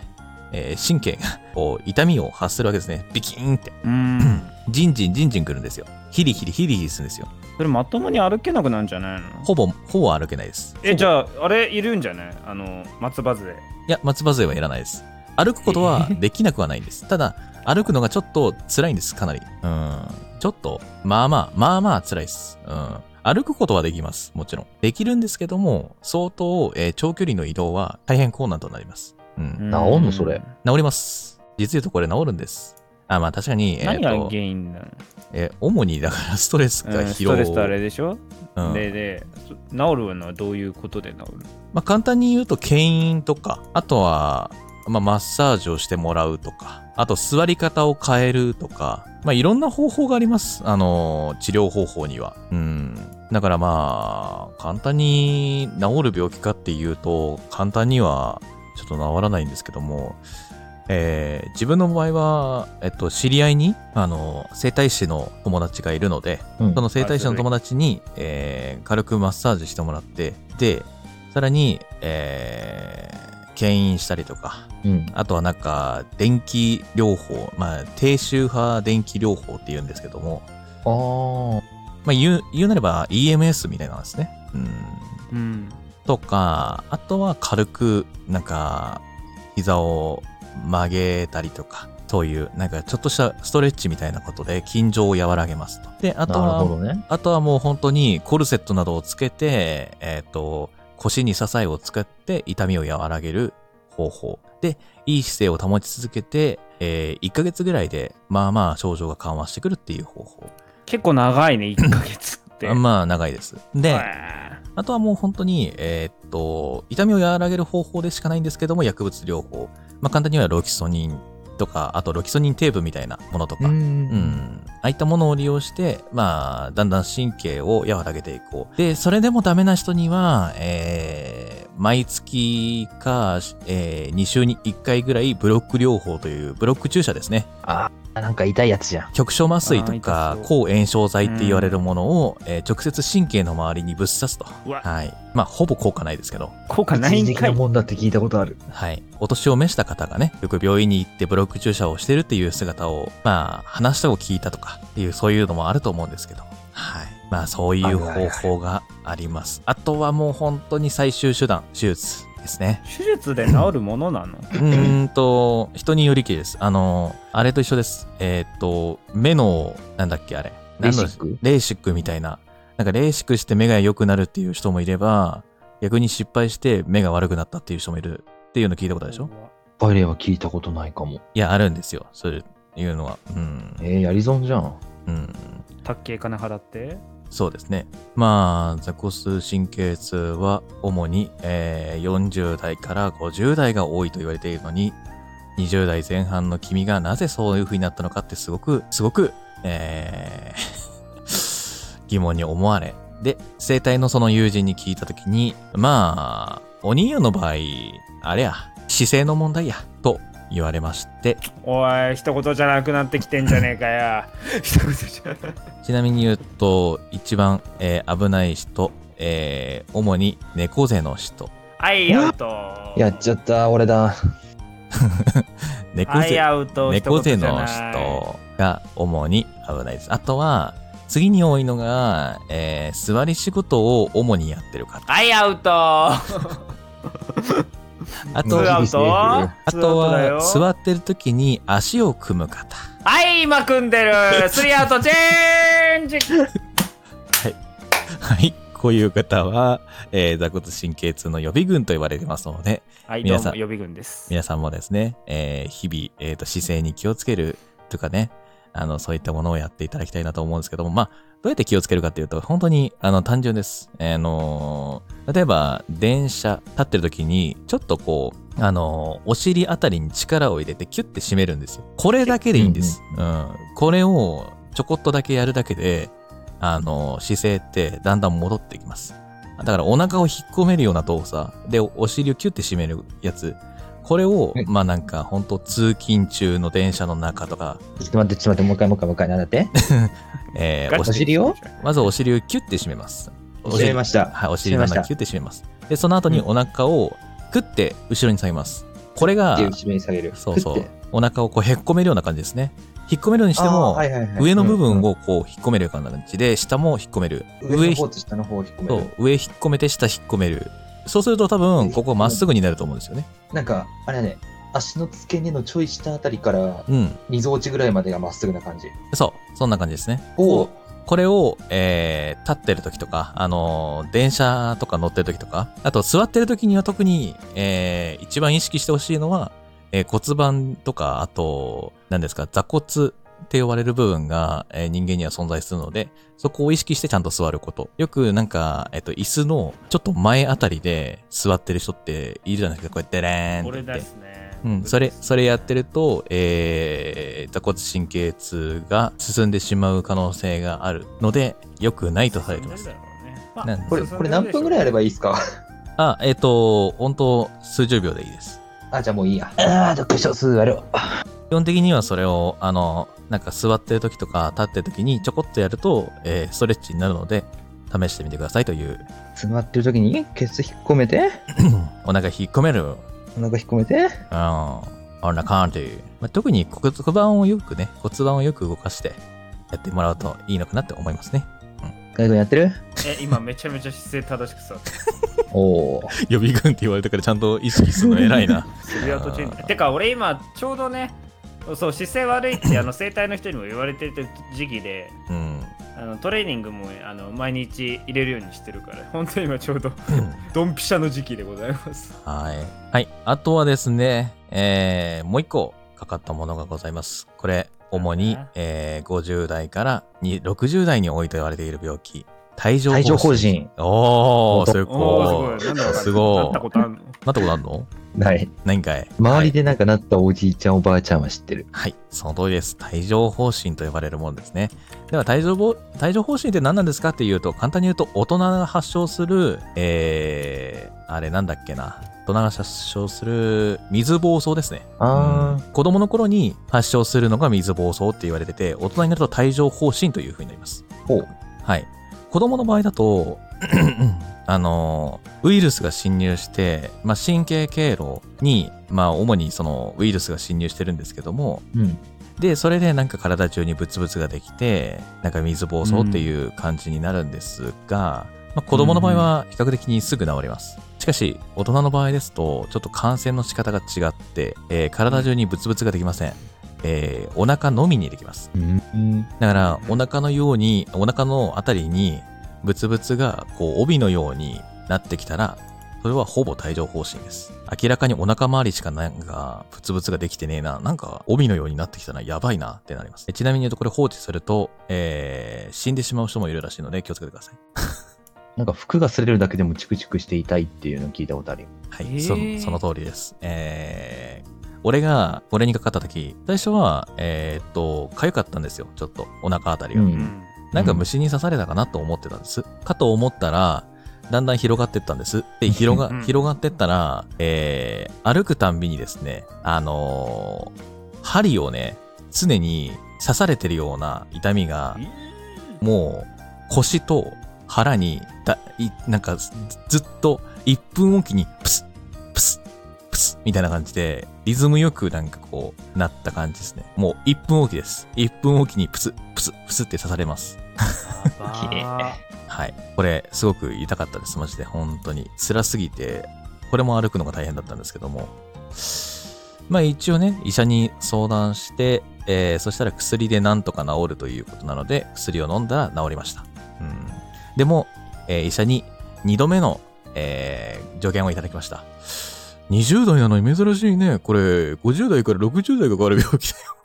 えー神経がこう痛みを発するわけですね。ビキーンって。
うん
ジンジンジンジンくるんですよ。ヒリヒリヒリヒリするんですよ。
それまともに歩けなくなるんじゃないの
ほぼ、ほぼ歩けないです。
えじゃああれいるんじゃないあの松葉杖
いや、松葉杖はいらないです。歩くことはできなくはないんです。ただ、歩くのがちょっと辛いんです、かなり。うん。ちょっと、まあまあ、まあまあ辛いです。うん。歩くことはできます、もちろん。できるんですけども、相当、えー長距離の移動は大変困難となります。うん。
治んのそれ
治ります。実言うとこれ治るんです。あ、まあ確かに、えっ、
何が
と
原、因なの、
えー主にだからストレス
う
が
んス
疲労
トレスとあれでしょ、
うん
ででそ治るのはどういうことで治る
まあ、簡単に言うと、牽引とか、あとは、まあ、マッサージをしてもらうとか、あと座り方を変えるとか、まあ、いろんな方法があります。あのー、治療方法には。うん。だからまあ、簡単に治る病気かっていうと、簡単にはちょっと治らないんですけども、えー自分の場合は、えっと、知り合いに、あのー、整体師の友達がいるので、
うん
その整体師の友達に、えー軽くマッサージしてもらって、で、さらに、えー、牽引したりとか、
うん。
あとはなんか、電気療法、まあ、低周波電気療法って言うんですけども、
あ
まあ、言う、言うなれば EMS みたいなんですね。うん。
うん
とか、あとは軽く、なんか、膝を曲げたりとか、そういう、なんかちょっとしたストレッチみたいなことで、緊張を和らげますと。で、あ
あ。
と
なる
は
ほ、どね。
あとはもう本当にコルセットなどをつけて、えっ、と、腰に支えを使って痛みを和らげる方法。で、いい姿勢を保ち続けて、え1ヶ月ぐらいで、まあまあ症状が緩和してくるっていう方法。
結構長いね1ヶ月って、
まあ長いです。で、
へ
あとはもう本当に、えーっと、痛みを和らげる方法でしかないんですけども、薬物療法。まあ簡単にはロキソニンとか、あとロキソニンテープみたいなものとか、うん、ああいったものを利用して、まあ、だんだん神経を和らげていこう。で、それでもダメな人には、えー、毎月か、え2週に1回ぐらいブロック療法という、ブロック注射ですね。
ああ、なんか痛いやつじゃん。
局所麻酔と
あー
か
痛そ
抗炎症剤って言われるものを、えー直接神経の周りにぶっ刺すと。
うわ
はい。まあ、ほぼ効果ないですけど。
効果ないん
的
か
ないもんだって聞いたことある。
はい。お年を召した方がね、よく病院に行ってブロック注射をしてるっていう姿を、まあ、話したを聞いたとかっていう、そういうのもあると思うんですけど。はい。まあ、そういう方法があります。あとはもう本当に最終手段、手術ですね。
手術で治るものな の
うーんと、人によりきりです。あの、あれと一緒です。えーっと、目の、なんだっけ、あれ。
レ
何
シ
の
ック
レーシックみたいな。なんかレーシックして目が良くなるっていう人もいれば、逆に失敗して目が悪くなったっていう人もいるっていうの聞いたことあるでしょ
バイレーは聞いたことないかも。
いや、あるんですよ。そういうのは。うん。
えー、やり損じゃん。
うん。
たっけえ金払って
そうですね。まあ、座骨神経痛は主に、えー40代から50代が多いと言われているのに、20代前半の君がなぜそういう風になったのかってすごく、すごく、えー 疑問に思われ。で、生体のその友人に聞いたときに、まあ、お兄よの場合、あれや、姿勢の問題や、と言われまして、
おい一言じゃなくなってきてんじゃねえかよ一言じゃなく
ちなみに言うと、一番、えー危ない人、えー主に猫背の人。
はいアウト
やっちゃった、俺だ。
猫
アイ
背
アウト
猫背
一言じゃ
の
ない
人が主に危ないです。あとは、次に多いのが、えー座り仕事を主にやってる方。
アイアウト
あと
ツーア
は、
ウト
あ
ツ
と
ーアウト
は、
だよ
座ってる時に足を組む方。
はい今組んでるスリーアウトチェ ンジ
はい。こういう方は、えー座骨神経痛の予備軍と言われてますので、
はいどう
皆
も
さ
予
ん
備軍です
皆さんもですね、えー日々、えーと、姿勢に気をつけるとかね、あの、そういったものをやっていただきたいなと思うんですけども、まあ、どうやって気をつけるかっていうと、本当に、あの、単純です。あのー例えば、電車、立ってる時に、ちょっとこう、あのーお尻あたりに力を入れて、キュッて締めるんですよ。これだけでいいんです。うん。これを、ちょこっとだけやるだけで、あのー姿勢って、だんだん戻ってきます。だから、お腹を引っ込めるような動作、で、おお尻をキュッて締めるやつ、これを
え、
まあなんか、本当通勤中の電車の中とか、
ちょっと待って、ちょっと待って、もう一回、もう一回、もう一回、なんだ って
え
ガ
ー、
チ
お
お尻を
まずお尻をキュッて締めます。お
閉めました。
はい、お尻の
締めま
中
し
キュッて締めます。で、その後にお腹をクッて後ろに下げます。これが
手を一面に下げる。
そうそ
ふっ
う
て。
お腹をこうへっこめるような感じですね。引っ込めるようにして
あー
も
は、いはいはい
上の部
うん
分をこう引っ込めるような感じで、下も引っ込める。
上の
ひ
方と下の方を引っ込
そ
める。
う上引っ込めて下引っ込める。そうすると多分、ここまっすぐになると思うんですよね。
なんか、あれだね、足の付け根のちょい下あたりから、
うん。
二臓落ちぐらいまでがまっすぐな感じ。
そう。そんな感じですね。
お
こうこれを、えー、立ってる時とか、あのー電車とか乗ってる時とか、あと座ってる時には特に、えー、一番意識してほしいのは、えー骨盤とか、あと、何ですか、座骨って呼ばれる部分が、えー人間には存在するので、そこを意識してちゃんと座ること。よくなんか、えっ、と、椅子のちょっと前あたりで座ってる人っているじゃないですか、こうやってレーンって
これ
言
で
って。
すね。
うん、それ、それやってると、えー、座骨神経痛が進んでしまう可能性があるので、良くないとされてます。なんで
これ、これ何分ぐらいあればいいですか
あ、えっ、と、本当数十秒でいいです。
あ、じゃあもういいや。ああ、読書数ある。
基本的にはそれを、あの、なんか座ってる時とか立ってる時にちょこっとやると、えーストレッチになるので、試してみてくださいという、
座ってる時に、ケツ引っ込めて、
お腹引っ込める、うん、
お腹引っ込めて、
こんな感じ。まあ、特に骨盤をよくね、骨盤をよく動かして、やってもらうといいのかなって思いますね。
外にやってる
え、今めちゃめちゃ姿勢正しく座ってる。
おお。
予備軍って言われたからちゃんと意識するの偉いな。
セリアとチェンジ。てか、俺今ちょうどね、そう、姿勢悪いって、あの、整体の人にも言われてる時期で、
うん。
あのトレーニングもあの毎日入れるようにしてるから、本当に今ちょうどドンピシャの時期でございます。
はい。はい。あとはですね、えー、もう一個かかったものがございます。これ、主に、えー、50代からに60代に多いと言われている病気。帯状疱
帯
疹。
状疱疹。
おー、す
おお
ご
ー
い。
すごい。なんだ
すごい
なったことあるの
なったことあるの
ない。
ないんかい。
周りでなんかなったおじいちゃん、おばあちゃんは知ってる。
はい、その通りです。帯状疱疹と呼ばれるものですね。では帯状疱、帯状疱疹って何なんですかっていうと、簡単に言うと、大人が発症する、えー、あれなんだっけな。大人が発症する水疱瘡ですね。
あ
うん子供の頃に発症するのが水疱瘡って言われてて、大人になると帯状疱疹という風になります。
ー、ほう。
はい。子供の場合だと、 あの、ウイルスが侵入して、まあ、神経経路に、まあ、主にそのウイルスが侵入してるんですけども、
うん。
で、それでなんか体中にブツブツができて、なんか水疱瘡っていう感じになるんですが、まあ、子供の場合は比較的にすぐ治ります。しかし、大人の場合ですと、ちょっと感染の仕方が違って、えー体中にブツブツができません。えーお腹のみにできます。
うん。
だから、お腹のように、お腹のあたりに、ブツブツが、こう、帯のようになってきたら、それはほぼ帯状疱疹です。明らかにお腹周りしかなんか、ブツブツができてねえな。なんか、帯のようになってきたな。やばいな。ってなります。えちなみに言うと、これ放置すると、えー、死んでしまう人もいるらしいので、気をつけてください。
なんか服が擦れるだけでもチクチクして痛いっていうのを聞いたことあるよ。
はい、
えー
そ、その通りです。えー、俺が、これにかかった時、最初は、えーっと、痒かったんですよ。ちょっと、お腹あたりが。
う
うんん
なんか虫に刺されたかなと思ってたんです。かと思ったら、だんだん広がってったんです。で、広
うん
が、広がってったら、えー、歩くたんびにですね、あのー針をね、常に刺されてるような痛みが、もう腰と腹に、だ、い、なんかずずっと1分おきにプスッ、プスッ、プスッみたいな感じで、リズムよくなんかこう、なった感じですね。もう1分おきです。1分おきにプスッ、プスッ、プスッって刺されます。
綺麗
はい。これ、すごく痛かったです。マジで。本当に。辛すぎて、これも歩くのが大変だったんですけども。まあ一応ね、医者に相談して、えー、そしたら薬でなんとか治るということなので、薬を飲んだら治りました。うん。でも、えー医者に2度目の、えー助言をいただきました。20代なのに珍しいね。これ、50代から60代がかかる病気だよ。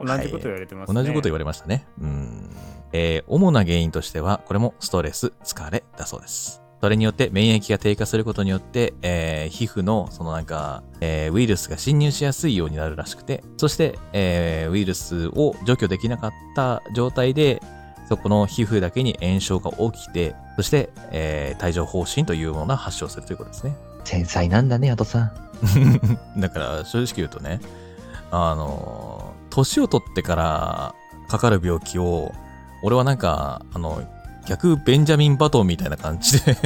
同じこと言われてますね。
同じこと言われましたね。うん。えー主な原因としては、これもストレス、疲れだそうです。それによって免疫が低下することによって、えー皮膚の、そのなんか、えーウイルスが侵入しやすいようになるらしくて、そして、えーウイルスを除去できなかった状態で、そこの皮膚だけに炎症が起きて、そして、えー帯状疱疹というものが発症するということですね。
繊細なんだね、ヤトさん。
だから正直言うとね、あの、年を取ってからかかる病気を、俺はなんか、あの、逆ベンジャミン・バトンみたいな感じで、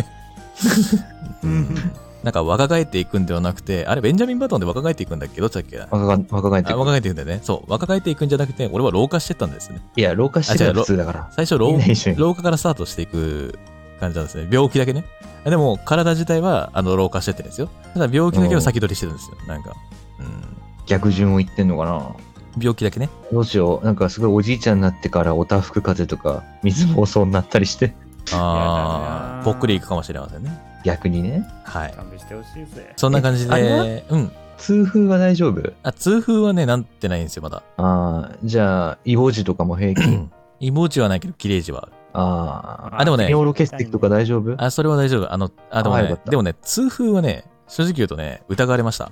うん なんか若返っていくんではなくて、あれ、ベンジャミン・バトンで若返っていくんだっけどっちだっけな
若が若返って
あ
く
若返っていくんだよね。そう、若返っていくんじゃなくて、俺は老化してったんですね。
いや、老化してる
あ違う
のは普通だから。
最初老
みんな一緒に
老化からスタートしていく感じなんですね。病気だけね。でも、体自体はあの老化してってんですよ。ただ、病気だけは先取りしてるんですよ。なんか、うん、
逆順を言ってんのかな
病気だけね。
どうしよう。なんかすごいおじいちゃんになってからおたふく風邪とか水疱瘡になったりして、
やだ
あ
な
あ、ぽっくりいくかもしれませんね。
逆にね。
はい。
勘弁してほしいぜ
そんな感
え
じ
あれは
で、うん。
痛風は大丈夫
あ、痛風はね、なんてないんですよ、まだ。
ああ、じゃあ、異保児とかも平気。
イモはないけど、切れ味はある。
ああ、
あ、でもね、
尿路結石とか大丈夫
あ、それは大丈夫。あの、あ、でも
あよか
ね
っ、た
でもね、痛風はね、正直言うとね、疑われました。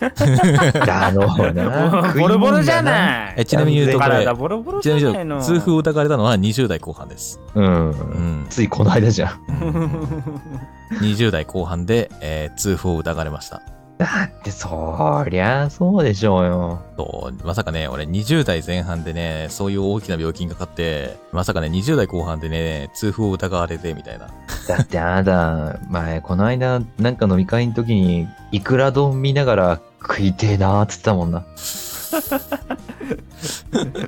だろう な。
ボロボロじゃ
い。
ない
えちなみに言うと、これ
体、ボロボロじ
ちなみ
ゃ
に
ないの
痛風を疑われたのは20代後半です。
う。
うんん。
ついこの間じゃん。
20代後半で、えー痛風を疑われました。
だって、そりゃそうでしょうよ。
そうまさかね、俺20代前半でね、そういう大きな病気にかかって、まさかね、20代後半でね、痛風を疑われて、みた いな。
だってあなた、前、この間、なんか飲み会の時に、いくら丼見ながら食いてえなーっつってたもんな。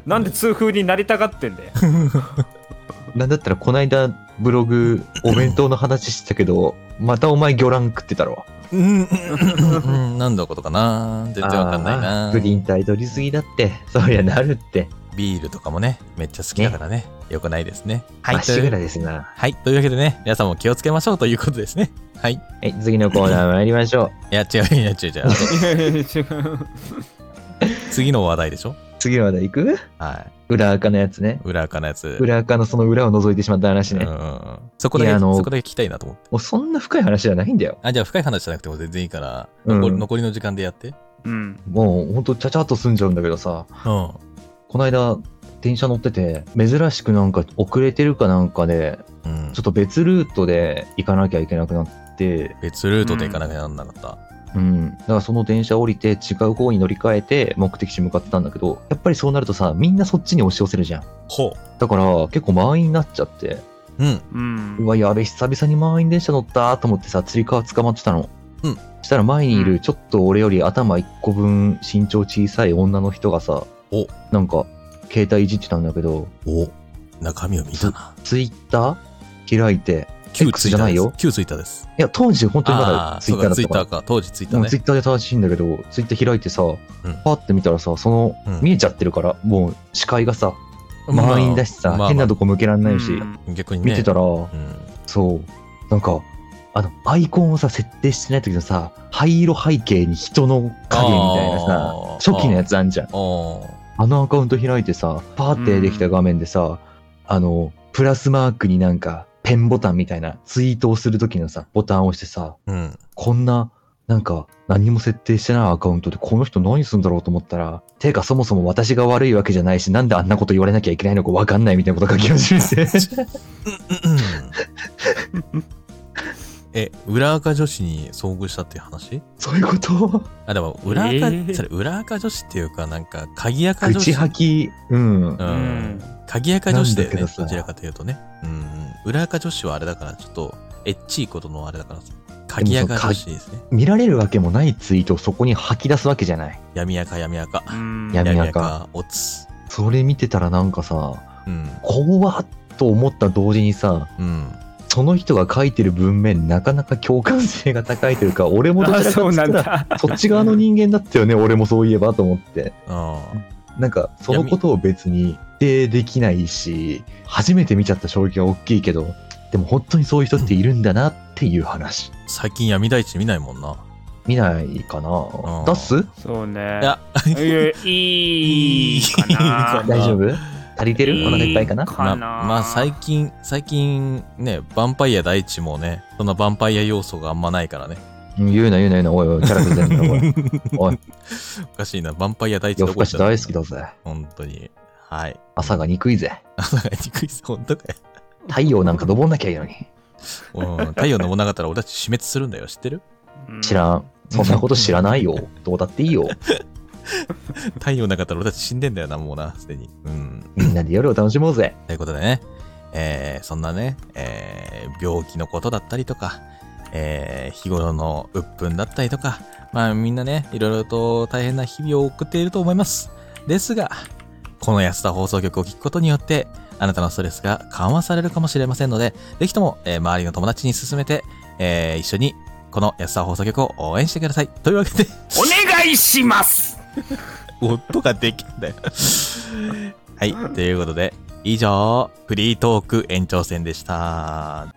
なんで痛風になりたがってんだよ
なんだったらこの間、ブログ、お弁当の話してたけど、またお前魚卵食ってたろ。
うん、うん、何のことかな全然わかんない
あ
な
ープリン体取りすぎだって。そりゃなるって。
ビールとかもね、めっちゃ好きだからね、よくないですね。は
まっ
い、と
し
い
ぐ
う
らですな。
はい、というわけでね、皆さんも気をつけましょうということですね。はい。い
はい、次のコーナー参りましょ う。
や、違う、いや、違う、違う。あ の
違う
次の話題でしょ
次の話題行く
は
裏垢のやつね
い。。裏垢のやつ。
裏垢のその裏を覗いてしまった話
うんう
ね。
ん
も
うん。そこだ
い
け、
やあの
そこだけ聞きたいなと思って。
うそんな深い話じゃないんだよ。
あ、じゃあ深い話じゃなくても全然いいから、
うん
残り,、残りの時間でやって。
うん
もうほんとちゃちゃっと済んじゃうんだけどさ。
うん。
この間、電車乗ってて、珍しくなんか遅れてるかなんかで、
うん
ちょっ。と別ルートで行かなきゃいけなくなって、
別ルートで行かなきゃなんなかった。
うん。だからその電車降りて違う方に乗り換えて目的地向かってたんだけど、やっぱりそうなるとさ、みんなそっちに押し寄せるじゃん。
ほ
だから結構満員になっちゃって、
う。うん。
うん
うわ、やべ、久々に満員電車乗ったと思ってさ、つり革捕まってたの。
うん
したら前にいる、ちょっと俺より頭1個分身長小さい女の人がさ、
お
なんか、携帯いじってたんだけど、
お中身を見たな。
ツイッター開いて、
旧
X
ツイ
じ
ッ
ゃ
タ
な
ー
い
です
よ。
旧ツイッターです。
いや、当時本当にま
あ
だ
あ、
ツイッ
そう
ター
か、
だっ
ツイ
た
ッ
か
タ
ら
ー。か。当時ツイッタ
も
ー
うツイ
ね。
ッターで正しいんだけど、ツイッター開いてさ、パって見たらさ、その、
うん
見えちゃってるから、もう視界がさ、満員だしさ、
まあまあ
変なとこ向けらんないし、
うん
逆にね。
見てたら、
うん。
そう、なんか、あの、アイコンをさ、設定してない時のさ、灰色背景に人の影みたいな
あー
さ、初期のやつあんじゃん。
おー
あのアカウント開いてさ、パーってできた画面でさ、あの、プラスマークになんか、ペンボタンみたいな、ツイートをする時のさ、ボタンを押してさ、
うん。
こんな、なんか、何も設定してないアカウントで、この人何するんだろうと思ったら、てかそもそも私が悪いわけじゃないし、なんであんなこと言われなきゃいけないのかわかんないみたいなこと書き始め て。
うんえ、裏垢女子に遭遇したっていう話
そういうこと
あ、でも、裏垢、
えー
それ裏垢女子っていうか、なんか、鍵垢女
口
子。
吐き、うん
う。
うん
ん。鍵垢女子だよ
なんだけど
ね、
さ
どちらかというとね。うんうん。裏垢女子はあれだから、ちょっと、エッチいことのあれだからさ、鍵垢女子ですね。
見られるわけもないツイートをそこに吐き出すわけじゃない。
闇垢、闇垢。
うん
やめ闇
闇
垢
垢、オツ。
それ見てたらなんかさ、
うん。
怖っと思った同時にさ、
うん。
その人が書いてる文面なかなか共感性が高いというか、俺もど
あ
ちらか
そ
と
う
い
なん
うと
だ
そっち側の人間だったよね、俺もそういえばと思って。
ああ。
なんか、そのことを別に否定できないし、初めて見ちゃった衝撃は大きいけど、でも本当にそういう人っているんだなっていう話。
最近闇大地見ないもんな。
見ないか
う
なん出す
そうね
いや、
いいいかな
うん
大丈夫足りてるお腹いっぱいかな
か
まあ、
な
まあ最近、最近ね、ヴァンパイア大地もね、そんなヴァンパイア要素があんまないからね。
うん言うな言うな言うな、おいおい、キャラ崩れんな、おい。お い、
おかしいな、ヴァンパイア大地
夜更かし大好き
だ。
だぜ。
本当に。はい。
朝が憎いぜ。
朝が憎いぞ、本当かよ。
太陽なんか登んなきゃいいのに。
うん、太陽のもなかったら俺たち死滅するんだよ、知ってる
うん
知らん。そんなこと知らないよ。どうだっていいよ。
太陽なかったら俺たち死んでんだよな、もうな、すでに。うん。
みんなで夜を楽しもうぜ。
ということでね、えーそんなね、えー病気のことだったりとか、えー日頃の鬱憤だったりとか、まあみんなね、いろいろと大変な日々を送っていると思います。ですが、この安田放送局を聞くことによって、あなたのストレスが緩和されるかもしれませんので、ぜひとも、えー周りの友達に勧めて、えー一緒にこの安田放送局を応援してください。というわけで、
お願いします
音ができんだよ。はい、ということで、以上、フリートーク延長戦でした。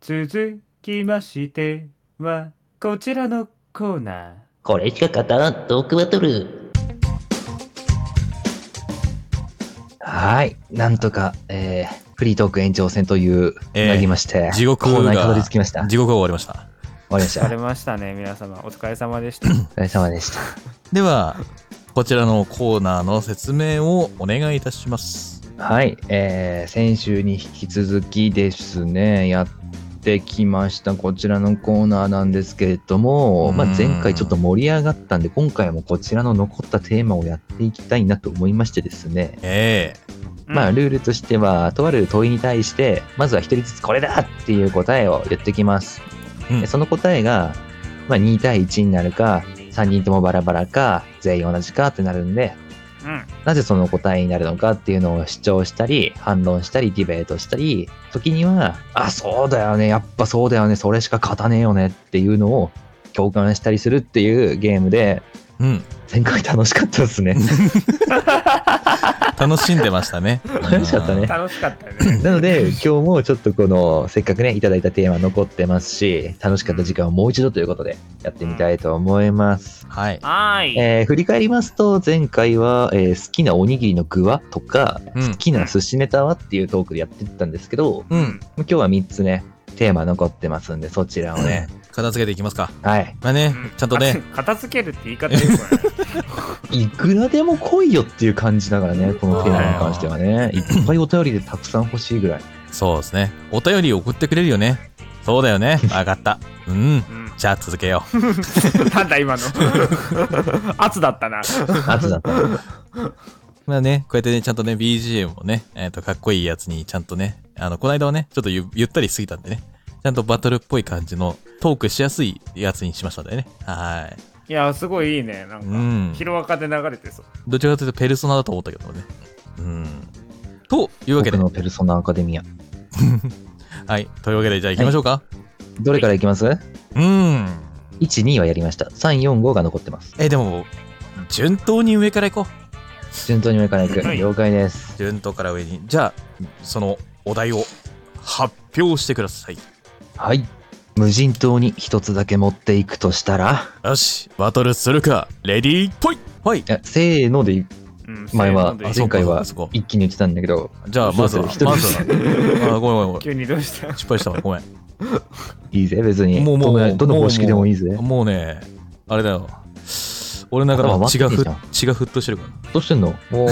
続きましてはこちらのコーナー
これしか勝たんトークバトル。
はい。なんとか、えー、フリートーク延長戦という、
えー
なぎまして、
地獄
コーナーに
が
たどり着きました。終
地獄が終わりました。
わりまし
さ
た。
れ
お
ましたね皆様お疲れ様でした
疲れ様でした。
では、こちらのコーナーの説明をお願いいたします。
はい、えー先週に引き続きですね、やってきました、こちらのコーナーなんですけれども、まあ、
うん
前回ちょっと盛り上がったんで、今回もこちらの残ったテーマをやっていきたいなと思いましてですね、
え
まあ、ルールとしては、とある問いに対して、まずは1人ずつこれだっていう答えを言ってきます。
うん
でその答えが、まあ、2対1になるか、3人ともバラバラか、全員同じかってなるんで、
うん
なぜその答えになるのかっていうのを主張したり、反論したり、ディベートしたり、時には、あ、そうだよね、やっぱそうだよね、それしか勝たねえよねっていうのを共感したりするっていうゲームで、
えうん。
前回楽しかったです ね。
楽しんでましたね。
楽しかったね
楽しかったね
なので、今日もちょっとこの、せっかくね、いただいたテーマ残ってますし、楽しかった時間をもう一度ということで、やってみたいと思います。
うん。はい。
はーい、
えー振り返りますと、前回は、えー好きなおにぎりの具はとか、
うん
好きな寿司ネタはっていうトークでやってったんですけど、
うん。
今日は3つね、テーマ残ってますんで、そちらをね。
片付けていきますか。
はい。
まあね
うん、
ちゃんとね、
片付けるって言い方よくない
いくらでも来いよっていう感じだからね、このテーマに関してはね。いっぱいお便りでたくさん欲しいぐらい。
そうですね。お便り送ってくれるよね。そうだよね。わかった。うん。
う
じゃあ続けよう。
ん、なんだ今の圧だったな
圧だったな。
まあね、こうやってね、ちゃんとね、BGM をね、えっ、と、かっこいいやつにちゃんとね、あの、この間はね、ちょっとゆゆったりしすぎたんでね、ちゃんとバトルっぽい感じのトークしやすいやつにしましたんでね。はい
やすごいいいねなん
い。
か、
うん。
ヒロアカで流れてそう
どちらかというとペルソナだと思ったけどね。うん。というわけ
僕
で、
のペルソナアカデミア。
はい。というわけで、じゃあ行きましょうか。
どれからいきます ?1、
うん。
2はやりました。3、4、5が残ってます。
え、でも、順当に上から行こう。
順当に上からいく。
はい
了解です。
順当から上に。じゃあ、そのお題を発表してください。
はい。無人島に一つだけ持っていくとしたら、
よし、バトルするか。レディー、ぽいはい。
えせーので
うん
前
せ
は
ーので
そう
前回は
あそこあそこ
一気に言ってたんだけど、
じゃあ、
そ
ま
う
ず
そう
は、ま
一
ず
人
は。あ、ごめんごめんごめん。
急にどう した
失敗したわ。ごめん。
いいぜ、別に。
もうもう
どのどの方式でもいいぜ。
もうね、あれだよ。俺の中で
頭
も
回
血
って
が
んじゃん
ふ血が沸騰してるから。
どうしてんのお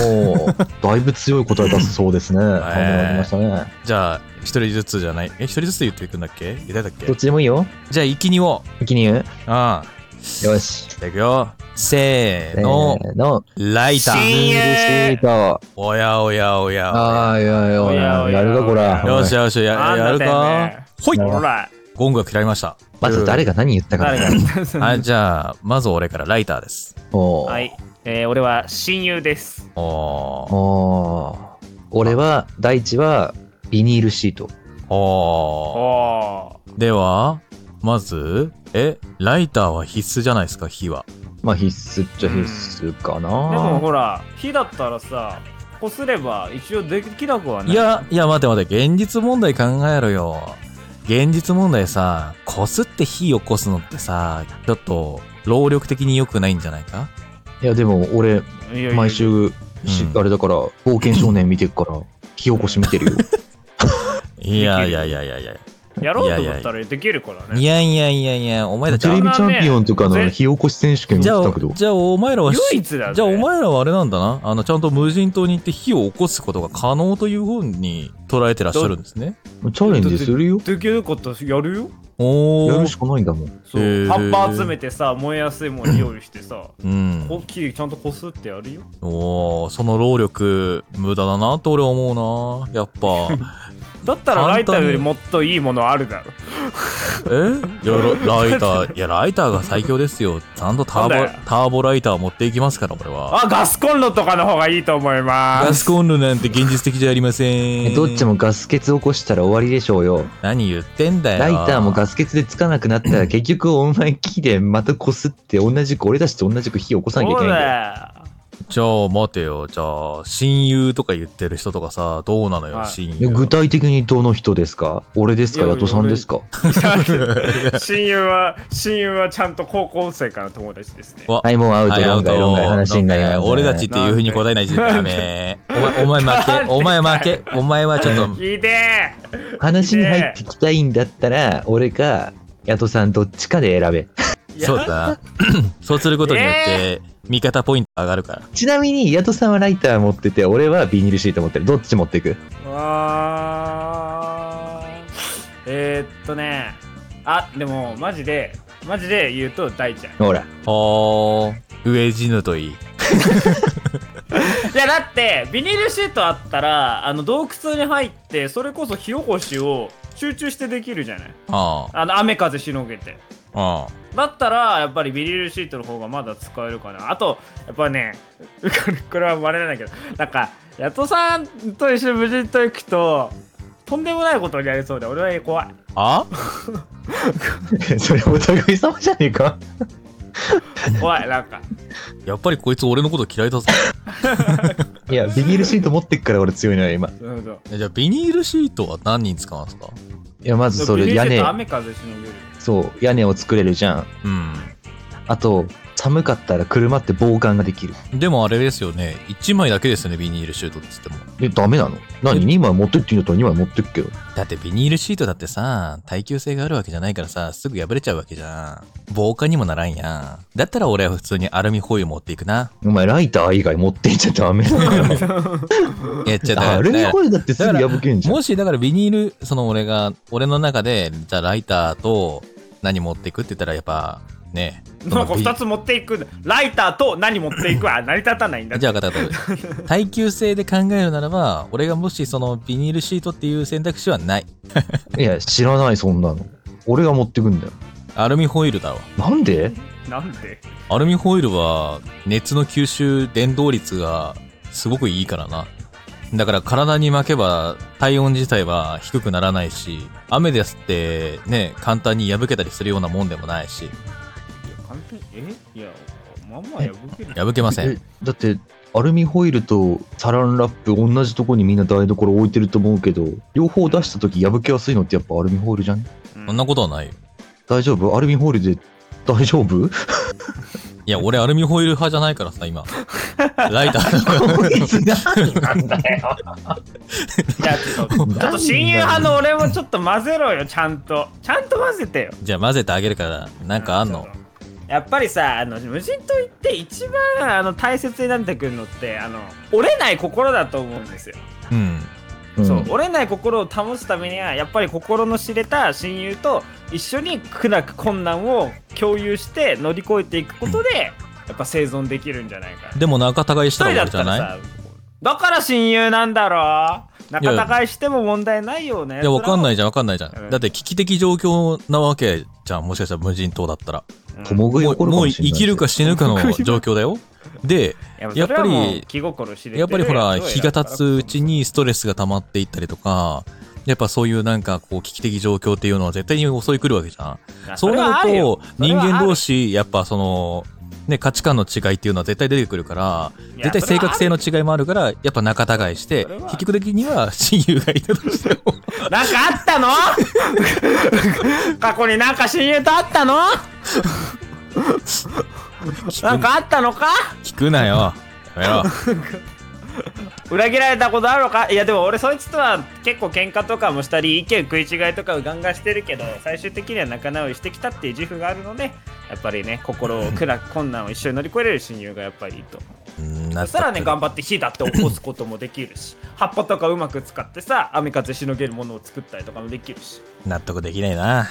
ー だいぶ強い答え出すそうですね。頼まれましたね。
じゃあ、一人ずつじゃない。え、一人ずつ言っていくんだっけ言ってたっけ
どっちでもいいよ。
じゃあ、一気にを。
一気に言う
ああ。
よし。
じゃあ、いくよ。せ
せー
ーの。
の。
ライタ
シ
ー。
ーン
シート。
おやおやおや
ああ、いやいや
お
い
やお
や、
や
やるか、こら。
おや。よしよし、
あ
や
ん
や
な
る
だよね
か。ほい。
ほら
ゴングが切られました。
まず誰が何言ったか
誰
ら。
が
あ、じゃあ、まず俺からライターです。
お
は
ー
い、えー、俺は親友です
おー。
おー。俺は、第一は、ビニールシート。
お
おー。
お
では、まず、え、ライターは必須じゃないですか、火は。
まあ、必須っちゃ必須か
ーでも
な。
ほら火だったらさこすれば一応できなくはない
いや、いや、待て待て、現実問題考えろよ。現実問題さ、こすって火起こすのってさ、ちょっと、労力的に良くないんじゃないか
いや、でも、俺、
いやいや
毎週、し
うん
あれだから、冒険少年見てるから、火起こし見てるよ。
いやいやいやいやいや。
やろうと思ったらできるから
い
ね。
やいやいやいや、お前たち
テ
は
レビチャンピオンとかの火起こし選手権
じゃ
やっ
あ
てたけど、
じゃあお前らはし、
唯一だぜ
じゃあお前らはあれなんだな。あの、ちゃんと無人島に行って火を起こすことが可能という方に捉えてらっしゃるんですね。
チャレンジするよ。
できることやるよ。
お
やる
ー
し。かないんだもん。
そう
へー
葉っぱ集めてさ、燃えやすいもの用意して さ、
うん。
こ木ちゃんとこすってやるよ。
おーその労力、無駄だなと俺は思うな。やっ ぱ。
だったらライターよりもっといいものあるだろ。
えいやラライター、いや、ライターが最強ですよ。ちゃんとタ
なん
ー
だよ
ボ、ターボライター持っていきますから、俺は。
あ、ガスコンロとかの方がいいと思いま
ガ
す。
スコンロなんて現実的じゃありません。
どっちも。ガス欠起こしたら終わりでしょうよ。
何言ってんだよ。
ライターもガス欠でつかなくなったら結局お前木でまたこすって同じく俺たちと同じく火起こさなきゃい
そ
け
う
ないんだよ。
だよ。
じゃあ待てよ。じゃあ、親友とか言ってる人とかさ、どうなのよ、
はい
親
いや
友。
具体的にどの人ですか俺ですか
いや
ヤトさんですか
親友は、親友はちゃんと高校生からの友達ですね。
わ
はい、もうアウト、
はい
論外、論外、
アウト
話になりますね、
俺たちっていう風に答えないとダメ。お前、お前負け。お前負け。お前はちょっと、
聞いて
話に入ってきたいんだったら、俺か、ヤトさんどっちかで選べ。
ー
そうだな。 そうすることによって、味方ポイント上がるから。
ちなみに、ヤトさんはライター持ってて、俺はビニールシート持ってる。どっち持っていく
あーえー、っとねあでもマジでマジで言うと大ちゃん
ほら。
ほー。上地ぬといい。
いやだってビニールシートあったらあの洞窟に入ってそれこそ火起こしを集中してできるじゃない
あ
あの雨風しのげて
あ。ああ。
だったらやっぱりビニールシートの方がまだ使えるかなあとやっぱね これはバレないけどなんかヤトさんと一緒に無人島行くととんでもないことになりそうで俺は怖い
あ
それお互い様じゃねえか
怖いなんか
やっぱりこいつ俺のこと嫌い だぞ。
いや、ビニールシート持ってっから俺強いのよ、今。
そうそう
えじゃあ、ビニールシートは何人使うんですか
いや、まずそ
ビニ
れ、
ー
屋
ルシー
根
ト、雨風しのげる
そう、屋根を作れるじゃん。
うん。
あと、寒かったら車って防寒ができる。
でもあれですよね。1枚だけですよね、ビニールシートって言っても。
え、ダメなの何 ?2 枚持ってって言うんだったら2枚持ってくけど。
だってビニールシートだってさ、耐久性があるわけじゃないからさ、すぐ破れちゃうわけじゃん。防火にもならんやん。だったら俺は普通にアルミホイル持っていくな。
お前、ライター以外持ってっちゃダメだから。
いや、じゃあだから
あれ
だ
に
から
声だってすぐ破けんじゃん。
もしだからビニール、その俺が、俺の中で、じゃあライターと何持っていくって言ったらやっぱ、ね。
なんか
そのビ
2つ持っていくライターと何持っていくは成り立たないんだ
じゃあ分かった分かった。耐久性で考えるならば、俺がもしそのビニールシートっていう選択肢はない。
いや、知らない、そんなの。俺が持ってくんだよ。
アルミホイルだろ。
なんで
なんで
アルミホイルは熱の吸収伝導率がすごくいいからな。だから体に巻けば体温自体は低くならないし、雨ですってね、簡単に破けたりするようなもんでもない
い
し、
や簡単にえいやまあまあ破ける
破けませ
え
ん。
だって、アルミホイルとサランラップ同じとこにみんな台所置いてると思うけど、両方出した時破けやすいのってやっぱアルミホイルじゃん
うん
そんなことはないよ。
大丈夫アルミホイルで大丈夫
いや、俺アルミホイル派じゃないからさ、今。ライター。
こいつ何なんだよ。
いやちょっとちょっと親友派の俺もちょっと混ぜろよちゃんとちゃんと混ぜてよ
じゃあ混ぜてあげるから、なんか あんの
ちょっとやっぱりさあの無人島行って一番あの大切になってくるのってあの折れない心だと思うんですよ
うん。
そう
うん
折れない心を保つためにはやっぱり心の知れた親友と一緒に苦なく困難を共有して乗り越えていくことでやっぱ生存できるんじゃないかな
でも仲違いし
一
た
人だっ
ら終わりじ
た
ゃ
ら
ない
さだから親友なんだろ
いや
仲違いしても問題ないよね
いや、わかんないいじゃん、わかんないじゃ
うん
ん。だって危機的状況なわけじゃん、もしかしたら無人島だったら。
共食い
も
起
う
こるか
もう
もしれない。
生きるか死ぬかの状況だよ。で、
やっぱ
やっぱ
り
り
気心知れてる
やっぱりほら、
やつを
日
選
が
ぶから
経つうちにストレスが溜まっていったりとか、やっぱそういうなんかこう危機的状況っていうのは絶対に襲い来るわけじゃん。そうなると、人間同士、やっぱその、ね、価値観の違いっていうのは絶対出てくるから、絶対正確性
の
の違いもあるから、やっぱ仲違いして
それは、
結局的には親友がいたとして も、
なんかあった の過去になんか親友とあったのなんかあったのか
聞くなよ。やめろ。
裏切られたことあるのかいやでも俺そいつとは結構喧嘩とかもしたり意見食い違いとかをガンガンしてるけど最終的には仲直りしてきたっていう自負があるのでやっぱりね心を暗 く困難を一緒に乗り越えれる親友がやっぱりいいと思う
うん
そしたらね頑
張
張って火だって起こすこともできるし葉っぱとかうまく使ってさ雨風しのげるものを作ったりとかもできるし
納得できないな。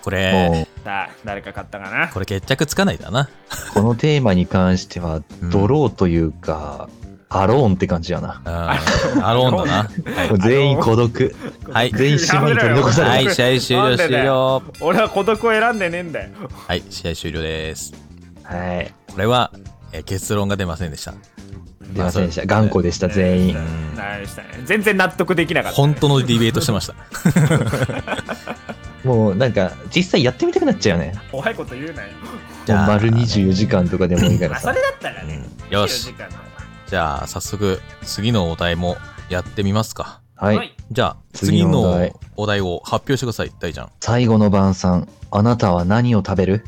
こ
も
れ、
う
さあ誰か買ったかな
これ決着つかないだな。
このテーマに関しては
うん
ドローというか、アローンって感じやな
うんアローンだな。はい
もう全員孤独
はい。
全員島に取り残さ
は
れ
い、
る
試合終
な
了
んで
終
だ
了。
俺は孤独を選んでねえんだよ
はい、試合終了です。
はい
これは、えー結論が出ませんでした。
出ませんでした頑固でした全員
ん
なしたね全然納得できなかった
本当のディベートして ました。
もうなんか実際やってみたくなっちゃうよね
怖いこと言うなよ
じゃあ
もう丸24時間とかでもいいか
あ
ら
そ
さ
れだったらね
うんよし
24時間の方が
じゃあ、早速、次のお題もやってみますか。
は
はいい
じゃあ、次
次のお
の
題
お題を発表してください、大ちゃん。
最後の晩餐あなたは何を食べる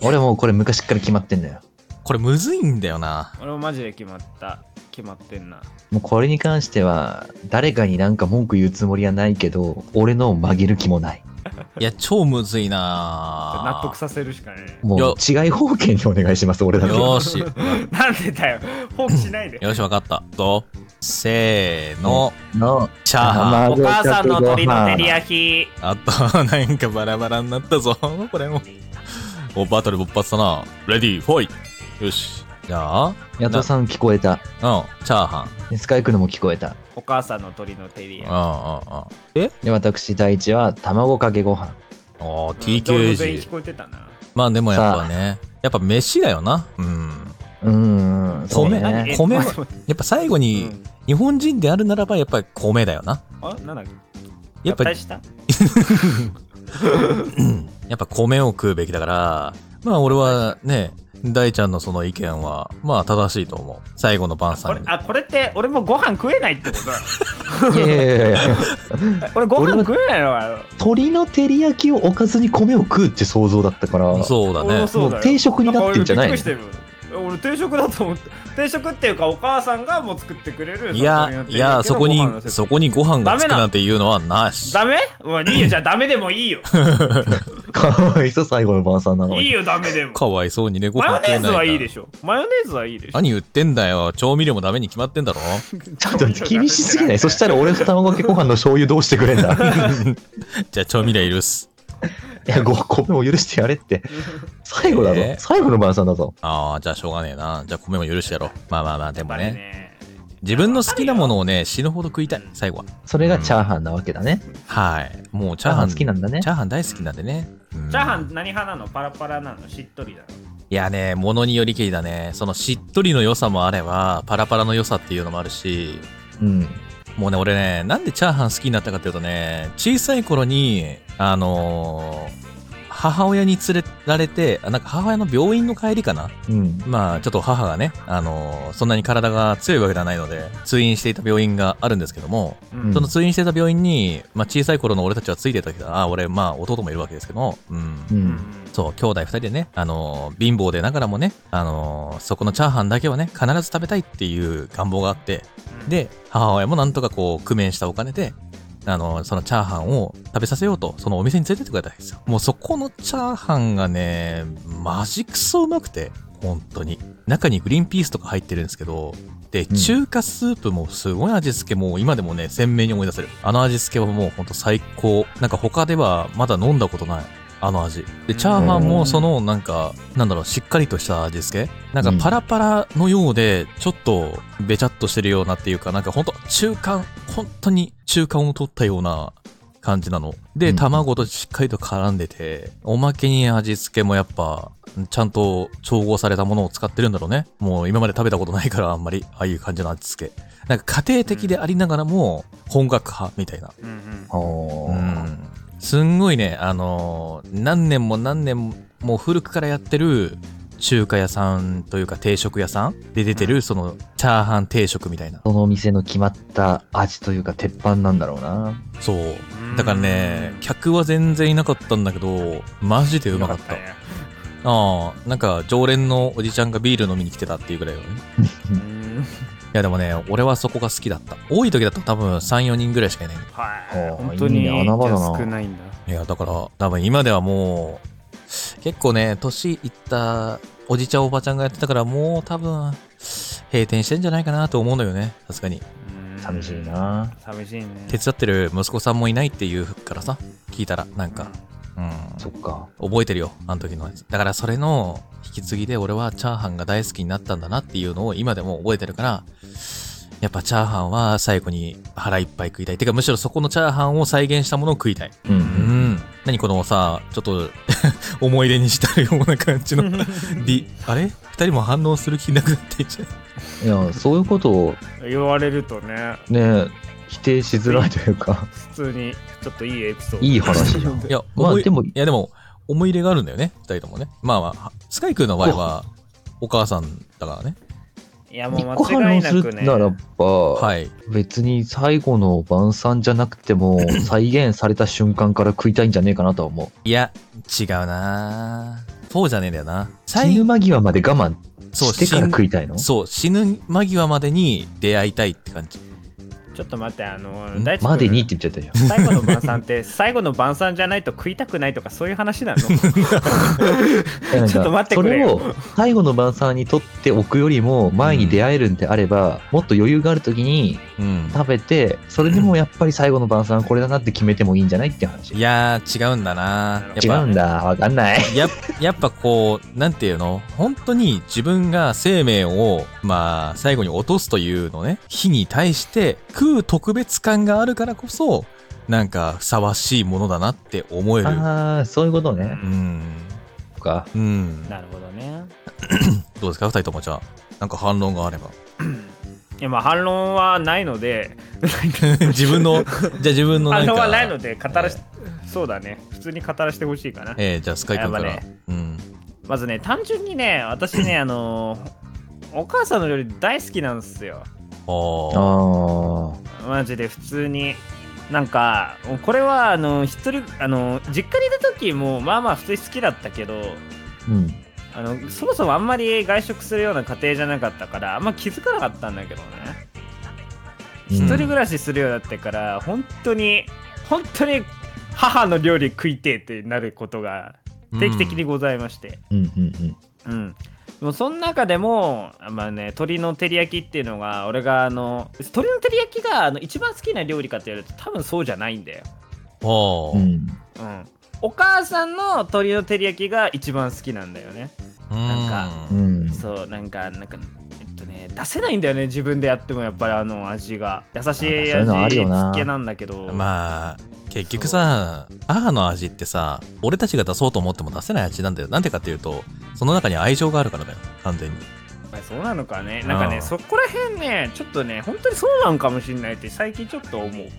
俺もうこれ昔から決まってんだよ
これむずいんだよな。
俺もマジで決まった決まってんな
もうこれに関しては誰かになんか文句言うつもりはないけど俺のを曲げる気もない
いや、超むずいな
納得させるしかねえ
もう違い方形にお願いします俺だけ
よーし、
なんでだよ放棄しないで
よし、わかった。ぞ。せーの、
の
チャーハン。
お母さんの鳥の照り
合い
焼き
あと、なんかバラバラになったぞ。 これも。お、バトル勃発だな。レディー、フォイ。よし。じゃあ、うん、
矢戸さん聞こえた
チャーハン。
スカイクのも聞こえた
お母さんの鳥の照り焼き
うんうんうん。
で私第一は卵かけご飯
おー、
うん全員
TKG
聞。こえてたな
まあでもやっぱね、やっぱ飯だよな。うん。
うーんそう
え米
え
ね
米
待って待って
やっぱ最後
う
に、
ん
日本人であるならば、やっぱり米だよな。
あなんだっけ
やっぱ、
合体
や
した
っぱ米を食うべきだから、まあ俺はね、大ちゃんのその意見は、まあ正しいと思う。最後の晩
こ
餐
れ
に。
あこれって俺もご飯食えないってことだ
いやいやいやいや
俺ご飯食えないのか
鶏の照り焼きをおかずに米を食うって想像だったから
そうだ
俺
ね
も。そうだ
も
よ
う定食になってんじゃない
んか俺びっくりしてる俺定食だと思って定食っていうかお母さんがもう作ってくれるそ
い
の
や、
鳥
い
の照り焼
や、
きの
そこ
ご
に
飯のセッ、ト
そこにご飯がつくなんていうのはなし。
ダメもういいよじゃあダメでもいいよ
かわいそう最後の晩餐なの
いい
に
よダメでも
かわいそうにね、ご
マヨ
飯食
ネー
えないん
ズ
だ
はいいでしょマヨネーズはいいでしょ
何言ってんだよ。調味料もダメに決まってんだろ。
ちょっと待って厳しすぎないそしたら俺の卵かけご飯の醤油どうしてくれんだ
じゃあ調味料許す。
いやご米を許してやれって最後だぞ、
えー
最後の晩餐だぞ
ああ、じゃあしょうがねえな。じゃあ米も許してやろう。まあまあまあ、でも
バレ
ね。
ね
自分の好きなものをね、死ぬほど食いたい、最後は。
それがチャーハンなわけだね、
はい。もうチャーハ
チャーハ
ン
ン好きなんだね
チャーハン大好きなんでね。うん
チャーハン何派なのパラパラなのしっとりなの
いやね、ものによりけりだね。そのしっとりの良さもあれば、パラパラの良さっていうのもあるし、
うん
もうね、俺ね、なんでチャーハン好きになったかっていうとね、小さい頃に、あのー母親に連れられて、あなんか母親の病院の帰りかな
うん
まあ、ちょっと母がね、あのーそんなに体が強いわけではないので、通院していた病院があるんですけども、
ん
その通院していた病院に、まあ小さい頃の俺たちはついてたけど、あ、俺、まあ弟もいるわけですけど、うん
う
うんん
そう、兄弟二人でね、あのー貧乏でながらもね、あのーそこのチャーハンだけはね、必ず食べたいっていう願望があって、で、母親もなんとかこう、工面したお金で、あのーそのチャーハンを食べさせようと、そのお店に連れてってくれたんですよ。もうそこのチャーハンがね、マジクソうまくて、本当に。中にグリーンピースとか入ってるんですけど、で、
うん
中華スープもすごい味付けもう今でもね、鮮明に思い出せる。あの味付けはもうほんと最高。なんか他ではまだ飲んだことない。あの味。で、チャーハンもそのなんか、なんだろう、しっかりとした味付けなんかパラパラのようで、ちょっとべちゃっとしてるようなっていうか、なんかほんと中間、本当に中間を取ったような感じなの。で、
うん
卵としっかりと絡んでて、おまけに味付けもやっぱ、ちゃんと調合されたものを使ってるんだろうね。もう今まで食べたことないからあんまり、ああいう感じの味付け。なんか家庭的でありながらも、本格派みたいな。
うんうん
お
う
ー
ん。すんごいね、あのー何年も何年も古くからやってる中華屋さんというか定食屋さんで出てる、そのチャーハン定食みたいな。
そのお店の決まった味というか鉄板なんだろうな
そう。だからね、客は全然いなかったんだけど、マジでうまかった。
よね
ああ、なんか常連のおじちゃんがビール飲みに来てたっていうぐらいよね。
うーん
いやでもね、俺はそこが好きだった。多い時だと多分3、4人ぐらいしかいない。
はい
あー
本当に
いいね穴場だな
少ないんだ
いや、だから多分今ではもう、結構ね、年いったおじちゃんおばちゃんがやってたからもう多分、閉店してんじゃないかなと思うのよね。さすがに。
うーん
寂しいな
寂しいね
手伝ってる息子さんもいないっていうからさ、聞いたら、なんか、うん、
そっか
覚えてるよ、あの時のやつ。だからそれの引き継ぎで俺はチャーハンが大好きになったんだなっていうのを今でも覚えてるから、やっぱチャーハンは最後に腹いっぱい食いたい。てかむしろそこのチャーハンを再現したものを食いたい。
うんう
うんん。何このさ、ちょっと 思い出にしたような感じの D。あれ二人も反応する気なくなっていっちゃう。
いやそういうことを
言われるとね
ね否定しづらいというか
普通にちょっといいエピソード
いい話じゃん
いや、
まあ
思い
でも
いやでも、思い入れがあるんだよね、二人ともね。まあまあ、スカイ君の場合は、お母さんだからね。
いやも
一
う
個
間
反
違い
応
な
す
く
る
ね
ならば、
はい。
別に最後の晩餐じゃなくても再現された瞬間から食いたいんじゃねえかなとは思う
いや、違うなぁそうじゃねえんだよな。
死ぬ間際まで我慢
そう
してから
死ぬ
食いたいの
そう、死ぬ間際までに出会いたいって感じ。
ちょっと待ってあの
ん
大地君
までにって言っちゃったじゃん
最後の晩餐って 最後の晩餐じゃないと食いたくないとかそういう話なの
いやなんか
ちょっと待ってくれよ
それを最後の晩餐にとっておくよりも前に出会えるんであれば、もっと余裕がある時に
うん。
食べてそれでもやっぱり最後の晩餐はこれだなって決めてもいいんじゃないって話
いやー、違うんだなぁ
や
違
やっぱ
うんだわかんない
ややっぱこう、なんていうの本当に自分が生命を、まあ、最後に落とすというのね、火に対して食う特別感があるからこそ、なんか、ふさわしいものだなって思える。
ああそういうこと
う
ね
うんん。
とか
うん。
なるほどね
どうですか二人ともじゃあ、なんか反論があれば。
いやまあ反論はないので
自分の、じゃあ自分のなん
反論
か。
はないので語らし、そうだね普通に語らせてほしいかな
ええじゃあスカイ君から。
やっぱ
うん。
まずね単純にね私ねあのお母さんの料理大好きなんですよ
あ
ああ。
あ
マジで普通になんかもうこれはあの一人あの実家にいた時もまあまあ普通に好きだったけど
うん
あのそもそもあんまり外食するような家庭じゃなかったからあんま気づかなかったんだけどね一人暮らしするようだってから本当に本当に母の料理食いてえってなることが定期的に
うん。
ございまして、
うんうん
うん。でもその中でも、まあね、鶏の照り焼きっていうのが、俺があの、鶏の照り焼きがあの一番好きな料理かって言われると多分そうじゃないんだよ。
う
あ
ん
うん。お母さんの鶏の照り焼きが一番好きなんだよね。
あ。
なん
う
うん
ん
そう、なんか、なんか、えっとね、出せないんだよね、自分でやってもやっぱりあの味が。優しい
そういう
味
のあるよな
付けなんだけど。あ、
まあ、結局さ、母の味ってさ、俺たちが出そうと思っても出せない味なんだよ。なんでかっていうと、その中に愛情があるからだよ。完全に。
そうなのかね。なんか
う
ね、
ん
そこら辺ね、ちょっとね、本当にそうなんかもしれないって最近ちょっと思う。
なんか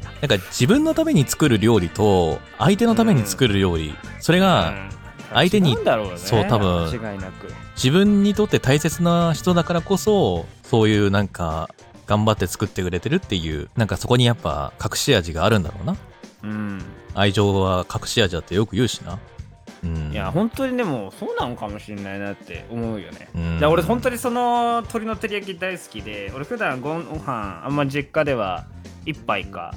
自分のために作る料理と、相手のために作る料理、それ
う
が
ん
相手に
違うんだろうね、
そう多分
間違いなく。
自分にとって大切な人だからこそ、そういうなんか、頑張って作ってくれてるっていう、なんかそこにやっぱ隠し味があるんだろうな。
うん、
愛情は隠し味だってよく言うしな。うん。
いや本当にでもそうなのかもしれないなって思うよね。
うん、
じゃあ俺本当にその鶏の照り焼き大好きで俺普段ごご飯あんま実家では1杯か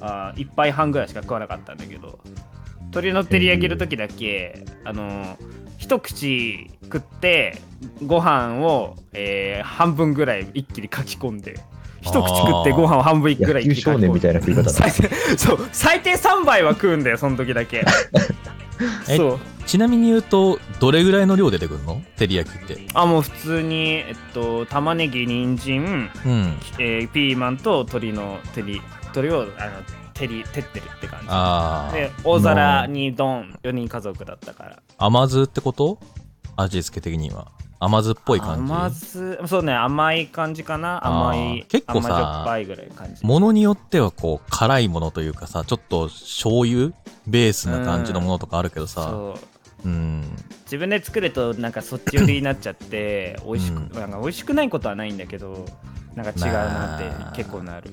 あ1杯半ぐらいしか食わなかったんだけど鶏の照り焼きの時だけ、あの一口食ってご飯を、えー半分ぐらい一気にかき込んで一口食ってご飯を半分ぐら
野
い一気
球
にかき込
少
んで
年みたいな食い方だ
最低 そう最低3杯は食うんだよその時だ け
え
そう
ちなみに言うと、どれぐらいの量出てくるの照り焼きって。
あもう普通にえっと玉ねぎ人参、
うん。
えー、ピーマンと鶏の照り鶏をあの照り照ってるって感じ
あ
で
あ。
大皿にドン4人家族だったから
甘酢ってこと味付け的には。甘酸っぽい感
甘
じ。
酢そうね甘い感じかな
あ
甘
ー
い
結構さ
甘じょっぱいぐらい感じ
ものによってはこう、辛いものというかさ、ちょっと醤油ベースな感じのものとかあるけどさ。
そう
うん。
自分で作るとなんかそっち寄りになっちゃって美味しく、
うん
なんか美味しくないことはないんだけどなんか違うな
まあ
って結構なる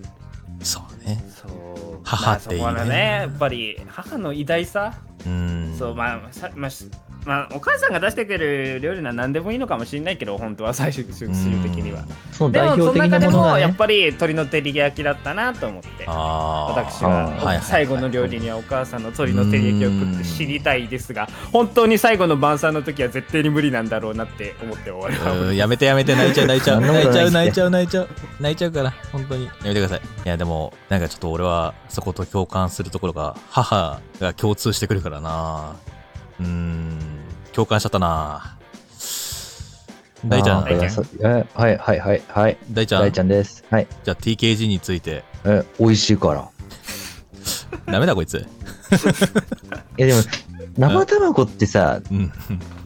そうね。
そう
母っていいね
まあそこはねやっぱり母の偉大さ、
うん。
そうまあさまあしまあまあお母さんが出してくる料理なら何でもいいのかもしれないけど本当は最終的には
その
で
代
も
表
その
的
中
な
で
もの
も
が
やっ
ね
ぱり鶏の照り焼きだったなと思って
あー
私
あーはい
はいはい
は最後の料理にはお母さんの鶏の照り焼きを食って知りたいですが本当に最後の晩餐の時は絶対に無理なんだろうなって思って終わる
うんやめてやめて泣いちゃう泣いちゃう
そんなこ
泣い
と
ち
ない
ゃ
っ
う
すね
泣いちゃう泣いちゃう泣いちゃうから本当にやめてくださいいやでもなんかちょっと俺はそこと共感するところが母が共通してくるからなうーん共感しちゃったな大ちゃ
あ
ん
ーやさえはいはいはいはい
大ちゃん
大ちゃんですはい
じゃあ TKG について
え美味しいから
ダメだこいつ
いやでも生卵ってさ
うん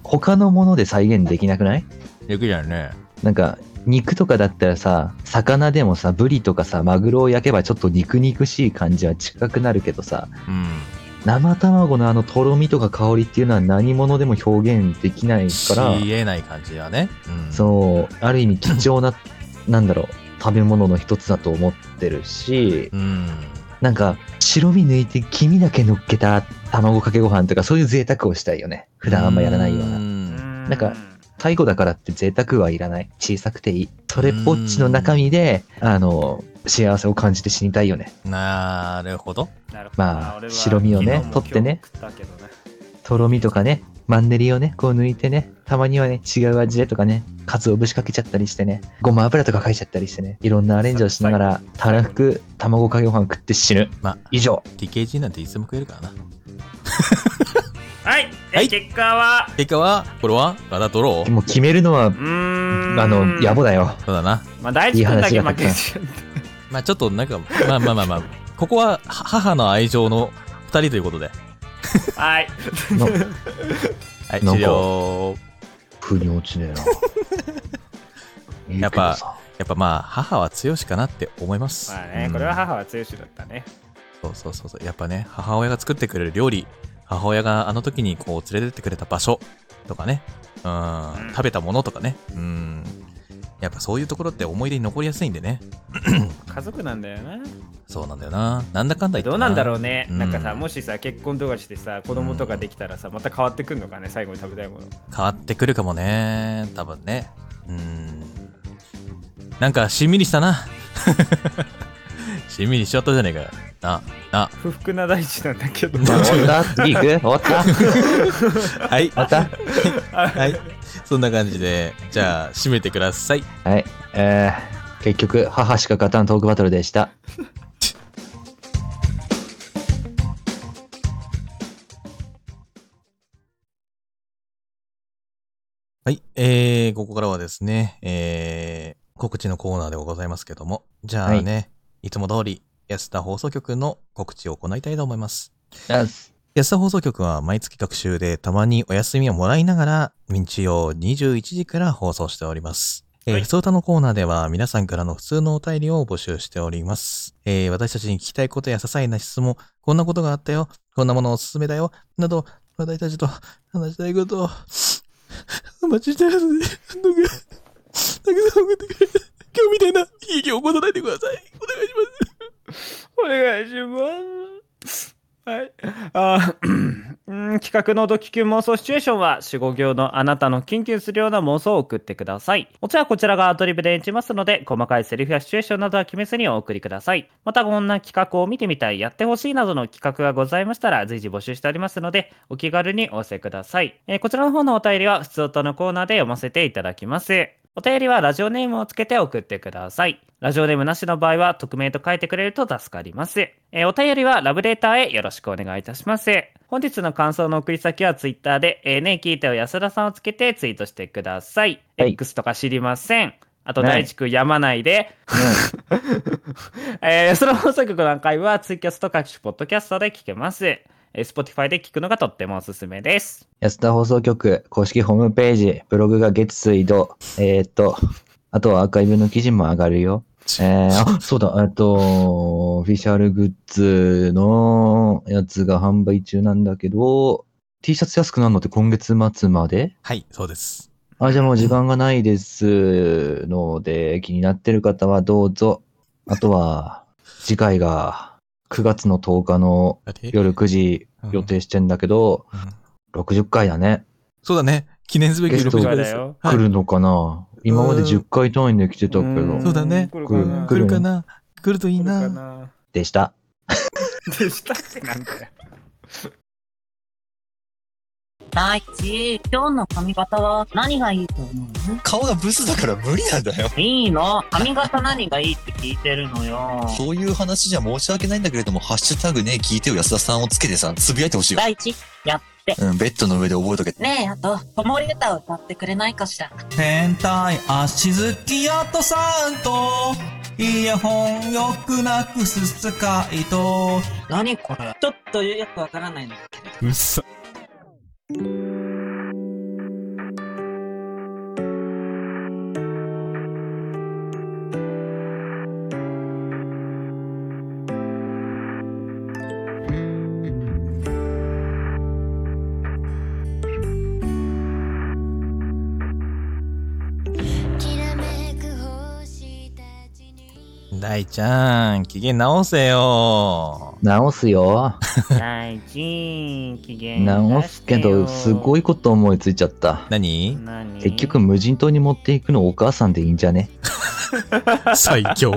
他のもので再現できなくない
よくじゃんね
なんか肉とかだったらさ魚でもさブリとかさマグロを焼けばちょっと肉肉しい感じは近くなるけどさ
うん
生卵のあのとろみとか香りっていうのは何物でも表現できない
し
から
えない感じはね、うん、
そうある意味貴重 ななんだろう食べ物の一つだと思ってるし
うん
なんか白身抜いて黄身だけ乗っけた卵かけご飯とかそういう贅沢をしたいよね普段あんまやらないよう
う
なんなんか太鼓だからって贅沢はいらない小さくていいそれっぽっちの中身であの幸せを感じて死にたいよね
なるほど
なるほど
まあ
俺は
白身をね
昨日も
取ってね
今日食ったけどね
とろみとかねマンネリをねこう抜いてねたまにはね違う味でとかね鰹節かけちゃったりしてねごま油とかかけちゃったりしてねいろんなアレンジをしながらたらふく卵かけご飯食って死ぬ
まあ
以上
TKG なんていつでも食えるからな
はい、え
はい
結果は
結果はこれはラダドロー
もう決めるのは
うーん
あの野暮だよ
そうだな
まあ大地君だけ負けちゃっ
まあちょっとなんかまあまあまあまあここはは母の愛情の2人ということで
たはい
の
はい
なんか
終了
腑に落ちねえな
やっぱ
いいけどさ
やっぱまあ母は強しかなって思います
まあね
うん
これは母は強しだったね
そうそうそうそうやっぱね母親が作ってくれる料理母親があの時にこう連れてってくれた場所とかねうん食べたものとかねうんやっぱそういうところって思い出に残りやすいんでね
家族なんだよな
そうなんだよななんだかんだ言って
どうなんだろうね、
うん
なんかさもしさ結婚とかしてさ子供とかできたらさまた変わってくんのかね最後に食べたいもの
変わってくるかもね多分ねうんなんかしんみりしたな しんみりしちゃったじゃねえかよなな
不服な大地なんだ けど
終わった次行く終わった終
はい
わった
はいそんな感じでじゃあ締めてください
はい、えー、結局母しか勝たんトークバトルでした。
はい、えー、ここからはですね、えー、告知のコーナーでございますけども、じゃあね、い、つも通り、安田放送局の告知を行いたいと思います。安田放送局は毎月学習でたまにお休みをもらいながら、日曜21時から放送しております。えー、
はい
普通歌のコーナーでは皆さんからの普通のお便りを募集しております。えー、私たちに聞きたいことや些細な質問、こんなことがあったよ、こんなものおすすめだよ、など、私たちと 話したいことを、 お待ちしてますね。なんか、 たくさん送ってくれて、今日みたいな悲劇を起こさないでください。お願いします。
お願いしますはいあーうん企画のドキキュン妄想シチュエーションは4、5行のあなたのキュンキュンするような妄想を送ってください。お茶はこちらがアドリブで演じますので、細かいセリフやシチュエーションなどは決めずにお送りください。またこんな企画を見てみたい、やってほしいなどの企画がございましたら、随時募集しておりますので、お気軽にお寄せください。えーこちらの方のお便りは、普通音のコーナーで読ませていただきます。お便りはラジオネームをつけて送ってください。ラジオネームなしの場合は、匿名と書いてくれると助かります。えーお便りはラブレーターへよろしくお願いいたします。本日の感想の送り先はツイッターで、えーねえ聞いてよ安田さんをつけてツイートしてください。
はい
X とか知りません。あと、
ね
大地区やまないで、 えー、その放送局のアーカイブはツイキャスト各種ポッドキャストで聞けます。えー Spotify で聞くのがとってもおすすめです。
安田放送局公式ホームページ、ブログが月水道、えー、っと、あとはアーカイブの記事も上がるよ。えー、 あ、そうだ、えっと、オフィシャルグッズのやつが販売中なんだけど、T シャツ安くなるのって今月末まで
はい、そうです。
あ、じゃあもう時間がないですので、気になってる方はどうぞ。あとは、次回が9月の10日の
あれ
夜9時予定してんだけど、
うん
60回だね。
そうだね。記念すべき
ゲスト
そ
60
う
回で
だ
す。
よ。
はい
来るのかな今まで10回単位で来てたけ
う
ど
ん
そうだね
来るか
来る
な
来るかな来るといい
来るか
な。
な
でした
でしたってなんだよ。
大地、今日の髪型は何がいいと思う
顔がブスだから無理なんだよ。
いいの髪型何がいいって聞いてるのよ。
そういう話じゃ申し訳ないんだけれども、ハッシュタグね、聞いてよ安田さんをつけてさ、つぶやいてほしいよ。
大地、やって。
うん、ベッドの上で覚えとけ。
ねえ、あと、子守歌を歌ってくれないかしら。
変態足好きやとさんとイヤホンよくなくすスカイと
何これちょっとよくわからないんだけど。
うっさ。
きらめく星たちに
大ちゃん、機嫌直せよ。
直すよ
大事機嫌
直すけどすご
い。
いこと思いついちゃった
何
何
結局無人島に持っていくのお母さんでいいんじゃね
最 強。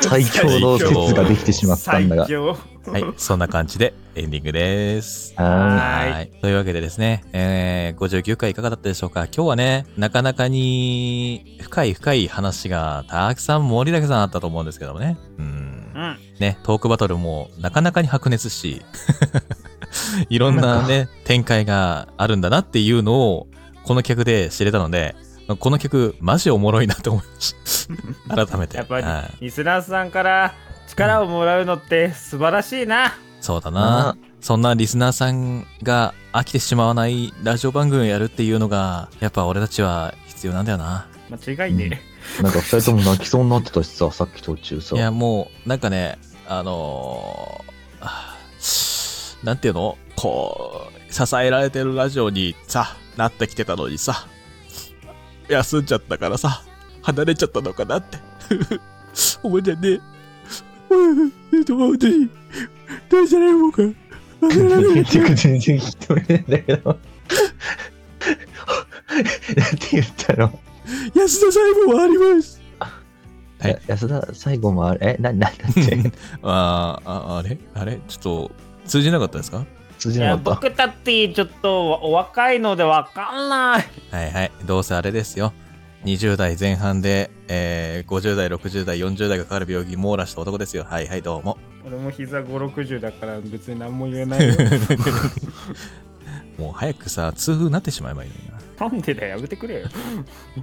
最強の説ができてしまったんだが
最強
はい、そんな感じでエンディングです。
は
はい
はい。というわけでですね、えー、59回いかがだったでしょうか今日はね、なかなかに深い深い話がたくさん盛りだくさんあったと思うんですけどもね。うん
う。ん。
ね、トークバトルもなかなかに白 熱し、いろんなね、展開があるんだなっていうのを、この曲で知れたので、この曲、マジおもろいなと思いま した。改めて。
やっぱり
はい
リスナーさんから力をもらうのって素晴らしいな。
そうだ
あ
な。そんなリスナーさんが飽きてしまわないラジオ番組をやるっていうのが、やっぱ俺たちは必要なんだよな。
間違いね
いなんか二人とも泣きそうになってたし ささっき途中さ
いや、もう、なんかね、あのーはあなんていうのこう、支えられてるラジオにさ、なってきてたのにさ、休んじゃったからさ、離れちゃったのかなって。 お前じゃねえ。えっと、私、大じゃないもん か。
結局全然聞いてくれないんだけどなんて言ったの
安田さんもあります。はい
や安田最後もあれえななんだって
あーあ、あれあれちょっと、通じなかったですか
通じ
いや
なかった
僕だってちょっとお若いのでわかんない。
はいはい。どうせあれですよ。20代前半で、えー、50代、60代、40代がかかる病気網羅した男ですよ。はいはい、どうも。
俺も膝5、60だから別に何も言えない よ。
もう早くさ、痛風になってしまえばいいのにな。
なんでだよ、やめてくれよ。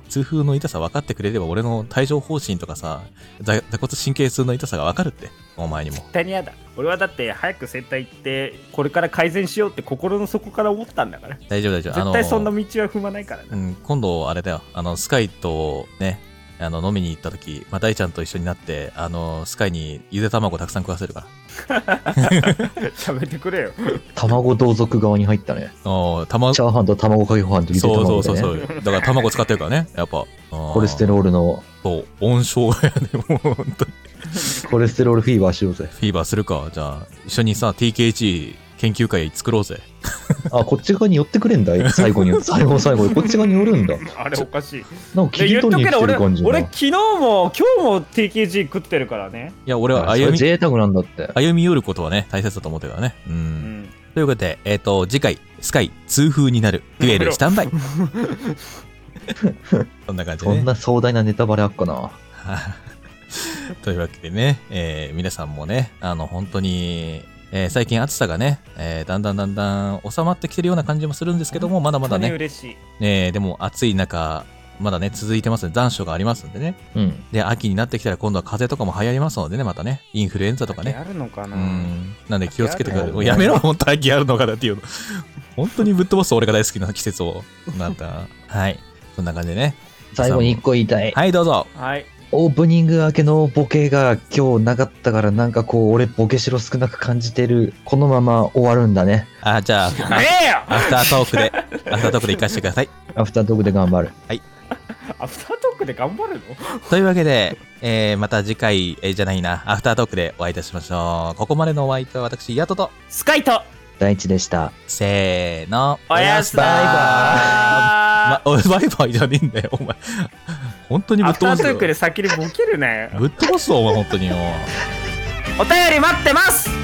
痛風の痛さ分かってくれれば、俺の帯状疱疹とかさ、座座骨神経痛の痛さが分かるって。お前にも。
絶対に嫌だ。俺はだって早く整体行って、これから改善しようって心の底から思ったんだから。
大丈夫大丈夫。
絶対そんな
あ
道
の
は踏まないから
う
な。
ん、今度、あれだよ。あの、スカイとね、あの、飲みに行った時、まあ、大ちゃんと一緒になって、あの、スカイにゆで卵たくさん食わせるから。
やめてくれよ。
卵同族側に入ったね
おー卵
チャーハンと卵かけご飯とゆで
そ
卵
うそうそう
で
そ
ね
う。だから卵使ってるからね、 やっぱ。コ
コレステ
ロ
ロールの
ール。そう、温床がやね、もう本当に。
コレステロールフィーバーしようぜ
フィーバーするか。じゃあ、一緒にさ、TKH 研究会作ろうぜ。
あこっち側に寄ってくれんだ最後に最後の最後にこっち側に寄るんだ
あれおかしい。
なんか
言
聞き
っと
取
くけど
りに来て
俺、
る
俺
感じだな
昨日も今日も TKG 食ってるからね。
いや、俺は
あそ
歩
れ
み、
贅沢なんだって
歩み寄ることはね、大切だと思ってるからね。う。
うんん。
ということで、えっと、次回、スカイ、痛風になる、デュエルスタ ンバイ。そんな感じ
そ
でね
ん。な壮大なネタバレあっかな
はいというわけでね、えー皆さんもね、あの、本当に、えー最近暑さがね、えーだんだんだんだん収まってきてるような感じもするんですけども、まだまだ
本当に
ね、
嬉しい。
えーでも暑い中、まだね、続いてますね。残暑がありますんでね。
うん
で、秋になってきたら今度は風邪とかも流行りますのでね、またね、インフルエンザとかね。
やるのか
う
な、
ん。なんで気をつけてくださ
秋あ
い。
るの
もうやめろ、本当秋あるのかなっていうの。本当にぶっ飛ばす俺が大好きな季節を。また。はい。そんな感じでね。
最後に一個言いたい
はい、どうぞ。
はい。
オープニング明けのボケが今日なかったからなんかこう俺ボケしろ少なく感じてるこのまま終わるんだね
あ、じゃあ、
ねえよ
アフタートークで、アフタートークで行かせてください。
アフタートークで頑張る
アフタートークで頑張るの
というわけで、えーまた次回、えーじゃないな、アフタートークでお会いいたしましょう。ここまでのお相手は私、ヤトと、
スカイト
大地でした。
せーの。
おやすみ
バイバーイ。
バ
ま、おいバイバイじゃねえんだよ、お前。本当に
イ
ぶ
ア
っ
フ
飛
タ
ば
ー
す
トーク
よ
で先にボケるなよ
ぶっ飛ばすぞ、お前、本当によ。
お便り待ってます